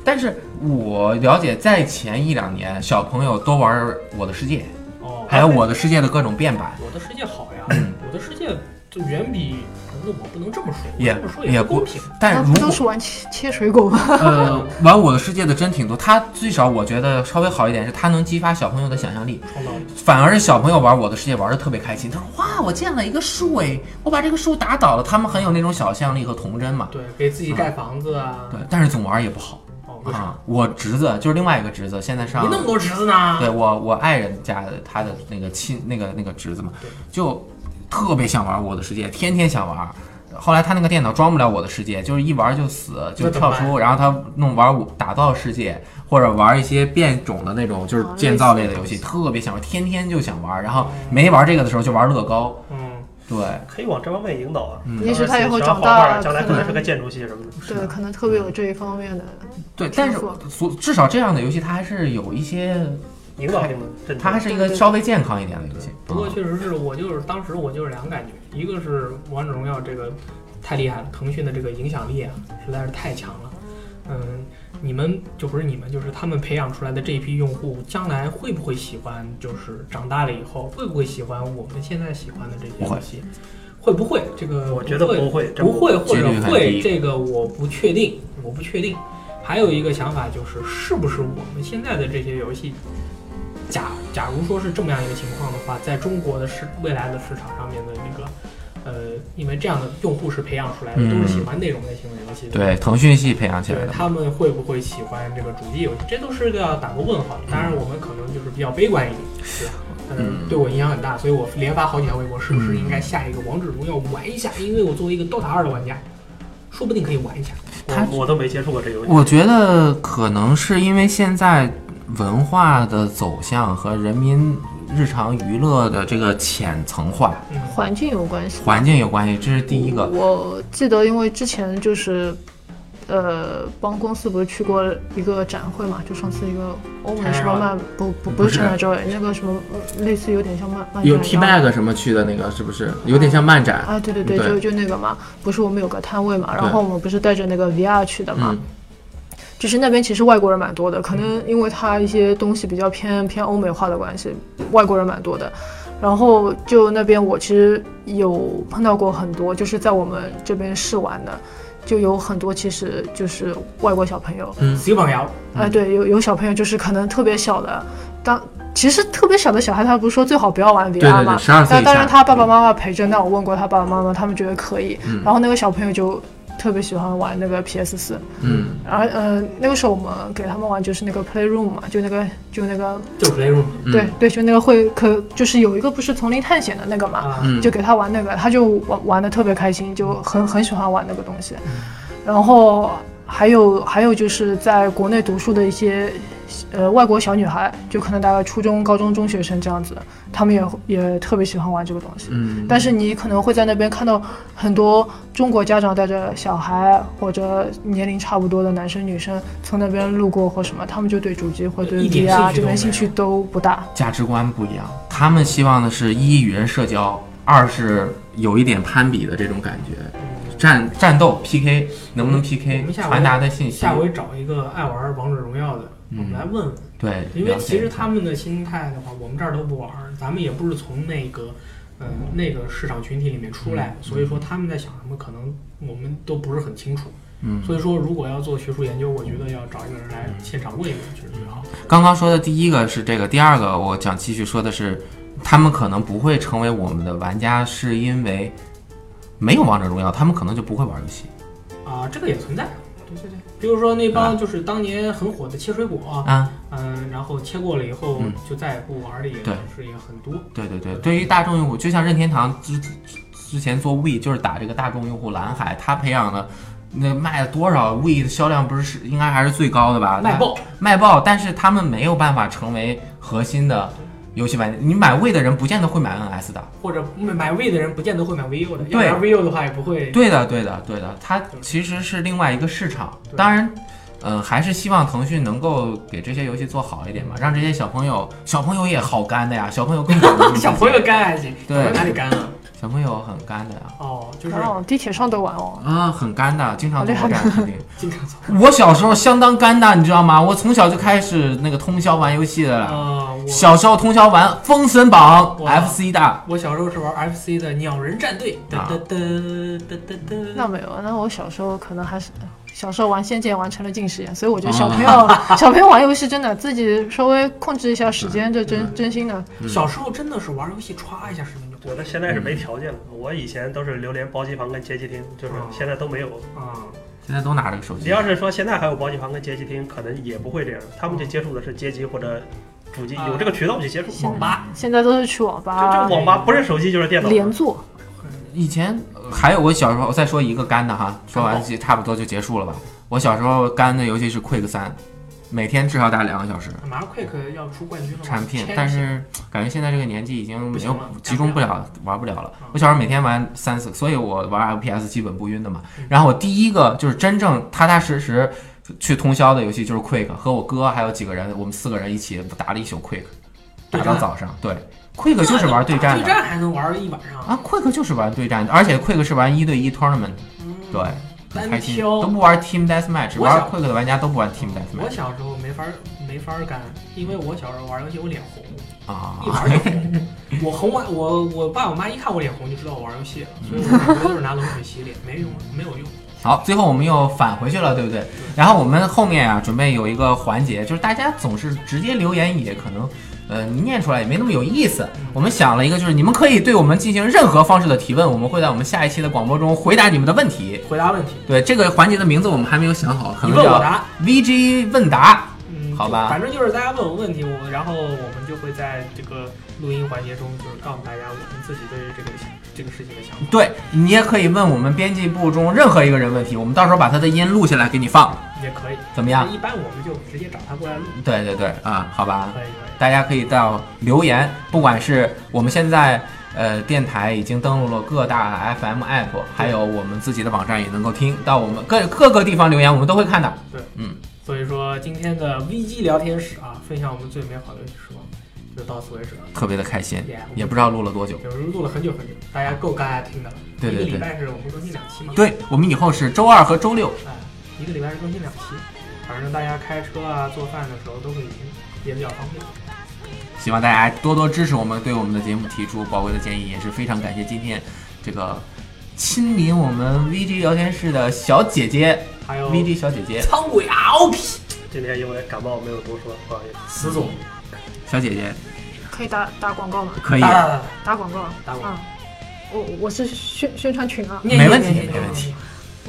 S3: 但是我了解，在前一两年，小朋友多玩《我的世界》，
S1: 哦，
S3: 还有嗯《我的世界》的各种变版，
S1: 我的世界好呀，我的世界就远比，嗯那我不能这么说，我
S3: 也
S1: 这么说
S3: 也
S1: 也
S3: 不
S1: 公平。
S3: 但
S4: 那
S3: 如
S4: 不
S3: 果
S4: 都是玩切切水果吗？
S3: 呃，玩《我的世界》的真挺多，它最少我觉得稍微好一点是它能激发小朋友的想象力，
S1: 创
S2: 嗯
S1: 造力。
S3: 反而是小朋友玩《我的世界》玩的特别开心。他说：“哇，我见了一个树哎，我把这个树打倒了。”他们很有那种想象力和童真嘛。
S1: 对，给自己盖房子啊。
S3: 嗯对，但是总玩也不好
S1: 哦，为啥？
S3: 啊。我侄子就是另外一个侄子，现在上
S1: 你那么多侄子呢？
S3: 对我我爱人家的他的那个亲那个那个侄子嘛
S1: 对，
S3: 就特别想玩《我的世界》，天天想玩。后来他那个电脑装不了《我的世界》，就是一玩就死，就
S1: 那怎么
S3: 跳
S1: 办
S3: 出，然后他弄玩我打造世界或者玩一些变种的那种就是
S1: 哦
S3: 建造类的游戏，特别想玩，天天就想玩。然后没玩这个的时候就玩乐高，
S1: 嗯，
S3: 对，
S2: 可以往这方面引导啊。
S4: <laughs>
S3: 嗯
S4: 也许他以后
S2: 喜
S4: 长
S2: 欢
S4: 大
S2: 画画，
S4: 了，
S2: 将来可
S4: 可
S2: 能是个
S4: 能
S2: 建筑系什么的。
S4: 对，可能特别有这一方面的。
S3: 对，但是
S4: 没错
S3: 所至少这样的游戏它还是有一些，
S2: 引导性的，真的
S3: 它还是一个稍微健康一点的游戏。
S1: 不过
S3: 嗯
S1: 确实是我就是当时我就是两个感觉，一个是王者荣耀这个太厉害了，腾讯的这个影响力啊实在是太强了。嗯，你们就不是你们，就是他们培养出来的这一批用户，将来会不会喜欢？就是长大了以后会不会喜欢我们现在喜欢的这些
S3: 不会
S1: 游戏？会不会这个？
S2: 我觉得不会，真
S1: 不会或
S3: 几
S1: 者
S3: 率很
S1: 会
S3: 低
S1: 这个我不确定，我不确定。还有一个想法就是，是不是我们现在的这些游戏，假假如说是这么样一个情况的话，在中国的市未来的市场上面的那个，呃，因为这样的用户是培养出来的，都是喜欢那种类型的游戏的。
S3: 嗯对腾讯系培养起来
S1: 对
S3: 的。
S1: 他们会不会喜欢这个主机游戏？这都是个要打个问号。当然，我们可能就是比较悲观一点，对吧？嗯，对我影响很大，所以我连发好几条微博，是不是应该下一个王者荣耀玩一下？因为我作为一个 DOTA 二的玩家，说不定可以玩一下。
S3: 它
S2: 我我都没接触过这游戏。
S3: 我觉得可能是因为现在文化的走向和人民日常娱乐的这个浅层化
S1: 嗯
S4: 环境有关系。
S3: 环境有关系，这是第一个。
S4: 我记得，因为之前就是，呃，帮公司不是去过一个展会嘛，就上次一个欧盟什么漫，不不不
S3: 不
S4: 是
S3: 是
S4: 陈海周围那个什么，呃类似有点像漫漫展一样
S3: T-Bag 什么去的那个，是不是有点像漫展？
S4: 啊，对对对，
S3: 对
S4: 就就那个嘛，不是我们有个摊位嘛，然
S3: 对
S4: 后我们不是带着那个 VR 去的嘛
S3: 嗯，
S4: 就是那边其实外国人蛮多的，可能因为它一些东西比较偏偏欧美化的关系，外国人蛮多的。然后就那边我其实有碰到过很多，就是在我们这边试玩的，就有很多其实就是外国小朋友，
S3: 嗯
S1: 小朋友，
S4: 哎，对，有有小朋友就是可能特别小的，当其实特别小的小孩，他不是说最好不要玩
S3: 对
S4: VR
S3: 对对，
S4: 吗？
S3: 十二岁
S4: 那
S3: 以
S4: 当然，
S3: 下，
S4: 他爸爸妈妈陪着。那我问过他爸爸妈妈，他们觉得可以。
S3: 嗯
S4: 然后那个小朋友就特别喜欢玩那个 PS 四，
S3: 嗯，
S4: 然后呃，那个时候我们给他们玩就是那个 Playroom 嘛，就那个就那个、
S1: 就是 Playroom
S3: 嗯
S4: 对，对，就那个会可就是有一个不是丛林探险的那个嘛，
S1: 啊，
S3: 嗯，
S4: 就给他玩那个，他就玩玩的特别开心，就很很喜欢玩那个东西。然后还有还有就是在国内读书的一些呃外国小女孩，就可能大概初中、高中、中学生这样子，她们也也特别喜欢玩这个东西。
S3: 嗯，
S4: 但是你可能会在那边看到很多中国家长带着小孩或者年龄差不多的男生女生从那边路过或什么，他们就对主机或对
S1: 一点兴趣都
S4: VR 这
S1: 没有
S4: 边兴趣都不大。
S3: 价值观不一样，他们希望的是一与人社交，二是有一点攀比的这种感觉，战战斗 PK 能不能 PK
S1: 我们下回
S3: 传达的信息
S1: 下，回找一个爱玩王者荣耀的，我们来问问，
S3: 对，
S1: 因为
S3: 了解
S1: 其实他们的心态的话，我们这儿都不玩儿，咱们也不是从那个。呃，那个市场群体里面出来，
S3: 嗯
S1: 所以说他们在想什么，可能我们都不是很清楚。
S3: 嗯，
S1: 所以说，如果要做学术研究，我觉得要找一个人来现场问一问，就是最好。
S3: 刚刚说的第一个是这个，第二个我想继续说的是，他们可能不会成为我们的玩家，是因为没有王者荣耀，他们可能就不会玩游戏
S1: 啊，这个也存在。对对对，比如说那帮就是当年很火的切水果，
S3: 啊。
S1: 嗯，然后切过了以后
S3: 嗯
S1: 就再也不玩的也
S3: 对
S1: 是也很多。
S3: 对对对，对于大众用户，就像任天堂之之之前做 We 就是打这个大众用户蓝海，他培养的那卖了多少 We 的销量不是是应该还是最高的吧？
S1: 卖爆，
S3: 卖爆，但是他们没有办法成为核心的游戏玩家。你买 We 的人不见得会买 NS 的。
S1: 或者买买 V 的人不见得会买 VU 的，
S3: 对
S1: 要不然 VU 的话也不会。
S3: 对的，对的，对的，它其实是另外一个市场。
S1: 对
S3: 当然，呃，还是希望腾讯能够给这些游戏做好一点吧，让这些小朋友，小朋友也好干的呀，小朋友更懂这个世界
S1: <laughs> 小朋友干还行，小
S3: 对
S1: 朋友哪里干啊？
S3: 小朋友很干的呀，
S1: 哦，就是
S4: 哦，地铁上都玩哦。
S3: 啊、很干的，经常
S4: 好厉
S3: 坐火
S4: 害
S3: 站
S4: <laughs>
S3: 肯定。
S1: 经常操。
S3: 我小时候相当干的，你知道吗？我从小就开始那个通宵玩游戏的了，
S1: 啊，我
S3: 小时候通宵玩《封神榜
S1: 哇》
S3: FC 的，
S1: 我小时候是玩 FC 的鸟人战队，哒
S3: 啊
S1: 哒哒哒哒
S4: 那
S1: 哒。
S4: 没有，啊那我小时候可能还是小时候玩《仙剑》完成了近视眼，所以我觉得
S3: 哦
S4: 小朋友、啊 <laughs> 小朋友玩游戏真的自己稍微控制一下时间，这真真心的。
S3: 嗯
S1: 小时候真的是玩游戏歘一下时间就过
S2: 我的现在是没条件了，我以前都是榴莲包机房跟街机厅，就是
S3: 哦
S1: 嗯
S2: 现在都没有。
S1: 了啊。
S3: 现在都拿着个手
S2: 你
S3: 机。
S2: 要是说现在还有包机房跟街机厅，可能也不会这样，他们就接触的是街机或者主机，
S1: 啊
S2: 有这个渠道去接触。
S1: 网吧
S4: 现在都是去网
S2: 这
S4: 吧
S2: 这网吧不是手机就是电脑，
S4: 啊连坐，
S3: 以前呃还有我小时候，我再说一个干的哈，说完就差不多就结束了吧。我小时候干的游戏是 Quick 三，每天至少打两个小时。
S1: 马上 Quick 要出冠军了嘛，
S3: 产品，
S1: Champion
S3: 但是感觉现在这个年纪已经没有
S1: 不行了
S3: 集中不了，玩不了了
S1: 嗯。
S3: 我小时候每天玩三四，所以我玩 FPS 基本不晕的嘛
S1: 嗯。
S3: 然后我第一个就是真正踏踏实实去通宵的游戏就是 Quick，和我哥还有几个人，我们四个人一起打了一宿 Quick，
S1: 对
S3: 打到
S1: 战
S3: 早上。对，Quick 就是玩对战
S1: 对
S3: 的
S1: 战还能玩一晚上。
S3: 啊，Quick 就是玩对战的，而且 Quick 是玩一对一 tournament，
S1: 嗯
S3: 对，很开
S1: 单
S3: 心，
S1: 挑
S3: 都不玩 team deathmatch，
S1: 我
S3: 玩
S1: 想
S3: Quick 的玩家都不玩 team
S1: 我
S3: deathmatch
S1: 小时候没法儿没法儿干，因为我小时候玩游戏我脸红，一
S3: 啊。
S1: 玩就
S3: <laughs>
S1: 红。我红完我我爸我妈一看我脸红就知道我玩游戏了，所以我每回都是拿冷水洗脸，没用没有用。
S3: 好，最后我们又返回去了，对不对？然后我们后面啊，准备有一个环节，就是大家总是直接留言，也可能，呃，你念出来也没那么有意思。我们想了一个，就是你们可以对我们进行任何方式的提问，我们会在我们下一期的广播中回答你们的问题。
S1: 回答问题，
S3: 对这个环节的名字我们还没有想好，可
S1: 你
S3: 能
S1: 问我
S3: 叫
S1: 答，
S3: VG 问答。
S1: 嗯，
S3: 好吧
S1: 就反正就是大家问我问题，我然后我们就会在这个录音环节中，就是告诉大家我们自己对这个这个事情的想法。
S3: 对你也可以问我们编辑部中任何一个人问题，我们到时候把他的音录下来给你放，
S1: 也可以。
S3: 怎么样？
S1: 一般我们就直接找他过来录，
S3: 对对对，啊，好吧。
S1: 可以可
S3: 大家可以到留言，不管是我们现在呃电台已经登录了各大 FM app，还有我们自己的网站也能够听到我们各各个地方留言，我们都会看的。
S1: 对，
S3: 嗯，
S1: 以。所以说今天的 VG 聊天室啊，分享我们最美好的时光，就到此为止了。
S3: 特别的开心
S1: Yeah，
S3: 也不知道录了多久。
S1: 有时候录了很久很久，大家够大家听的了。
S3: 对对对
S1: 一个礼拜是我们更新两期嘛？，
S3: 对我们以后是周二和周六，
S1: 哎，一个礼拜是更新两期，反正大家开车啊、做饭的时候都可以听，也比较方便。
S3: 希望大家多多支持我们，对我们的节目提出宝贵的建议，也是非常感谢今天这个亲临我们 VG 聊天室的小姐姐
S1: 还有
S3: ，VG 小姐姐，
S1: 苍鬼啊 ROP
S2: 今天因为感冒没有多说，不好意思。
S1: 死总，
S3: 小姐姐
S4: 可以打打广告吗？
S3: 可以
S1: 打，打打
S4: 打广告，
S1: 打广告
S4: 啊！我我是宣宣传群啊，
S1: 念
S3: 没
S1: 念
S3: 问题
S1: 念念
S3: 没问题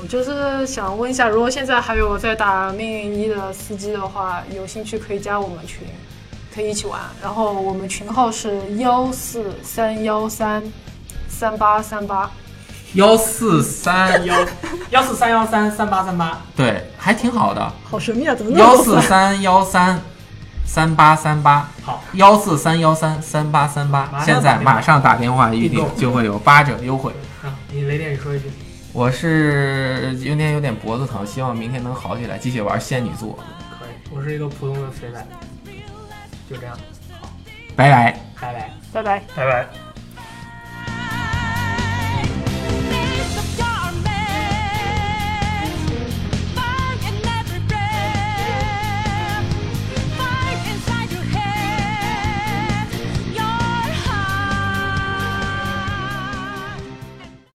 S4: 我就是想问一下，如果现在还有在打命运一的司机的话，有兴趣可以加我们群，可以一起玩。然后我们群号是幺四三幺三三八三八，
S3: 幺四三，
S1: 幺幺四三幺三三八三八，
S3: 对，还挺好的，
S4: 好神秘啊，怎么那
S3: 幺
S4: 么
S3: 四
S4: 烦？
S3: 三幺三三八三八，
S1: 好，
S3: 幺四三幺三三八三八
S1: 马，上
S3: 现在马上打电话预
S1: 订
S3: 定
S1: 购
S3: 就会有八折优惠。
S1: 啊，你雷电你说一句，
S3: 我是今天有点脖子疼，希望明天能好起来，继续玩仙女座，
S1: 可以，我是一个普通的肥仔，就这样，
S3: 拜拜。
S1: 拜拜。
S4: 拜拜。
S2: 拜拜。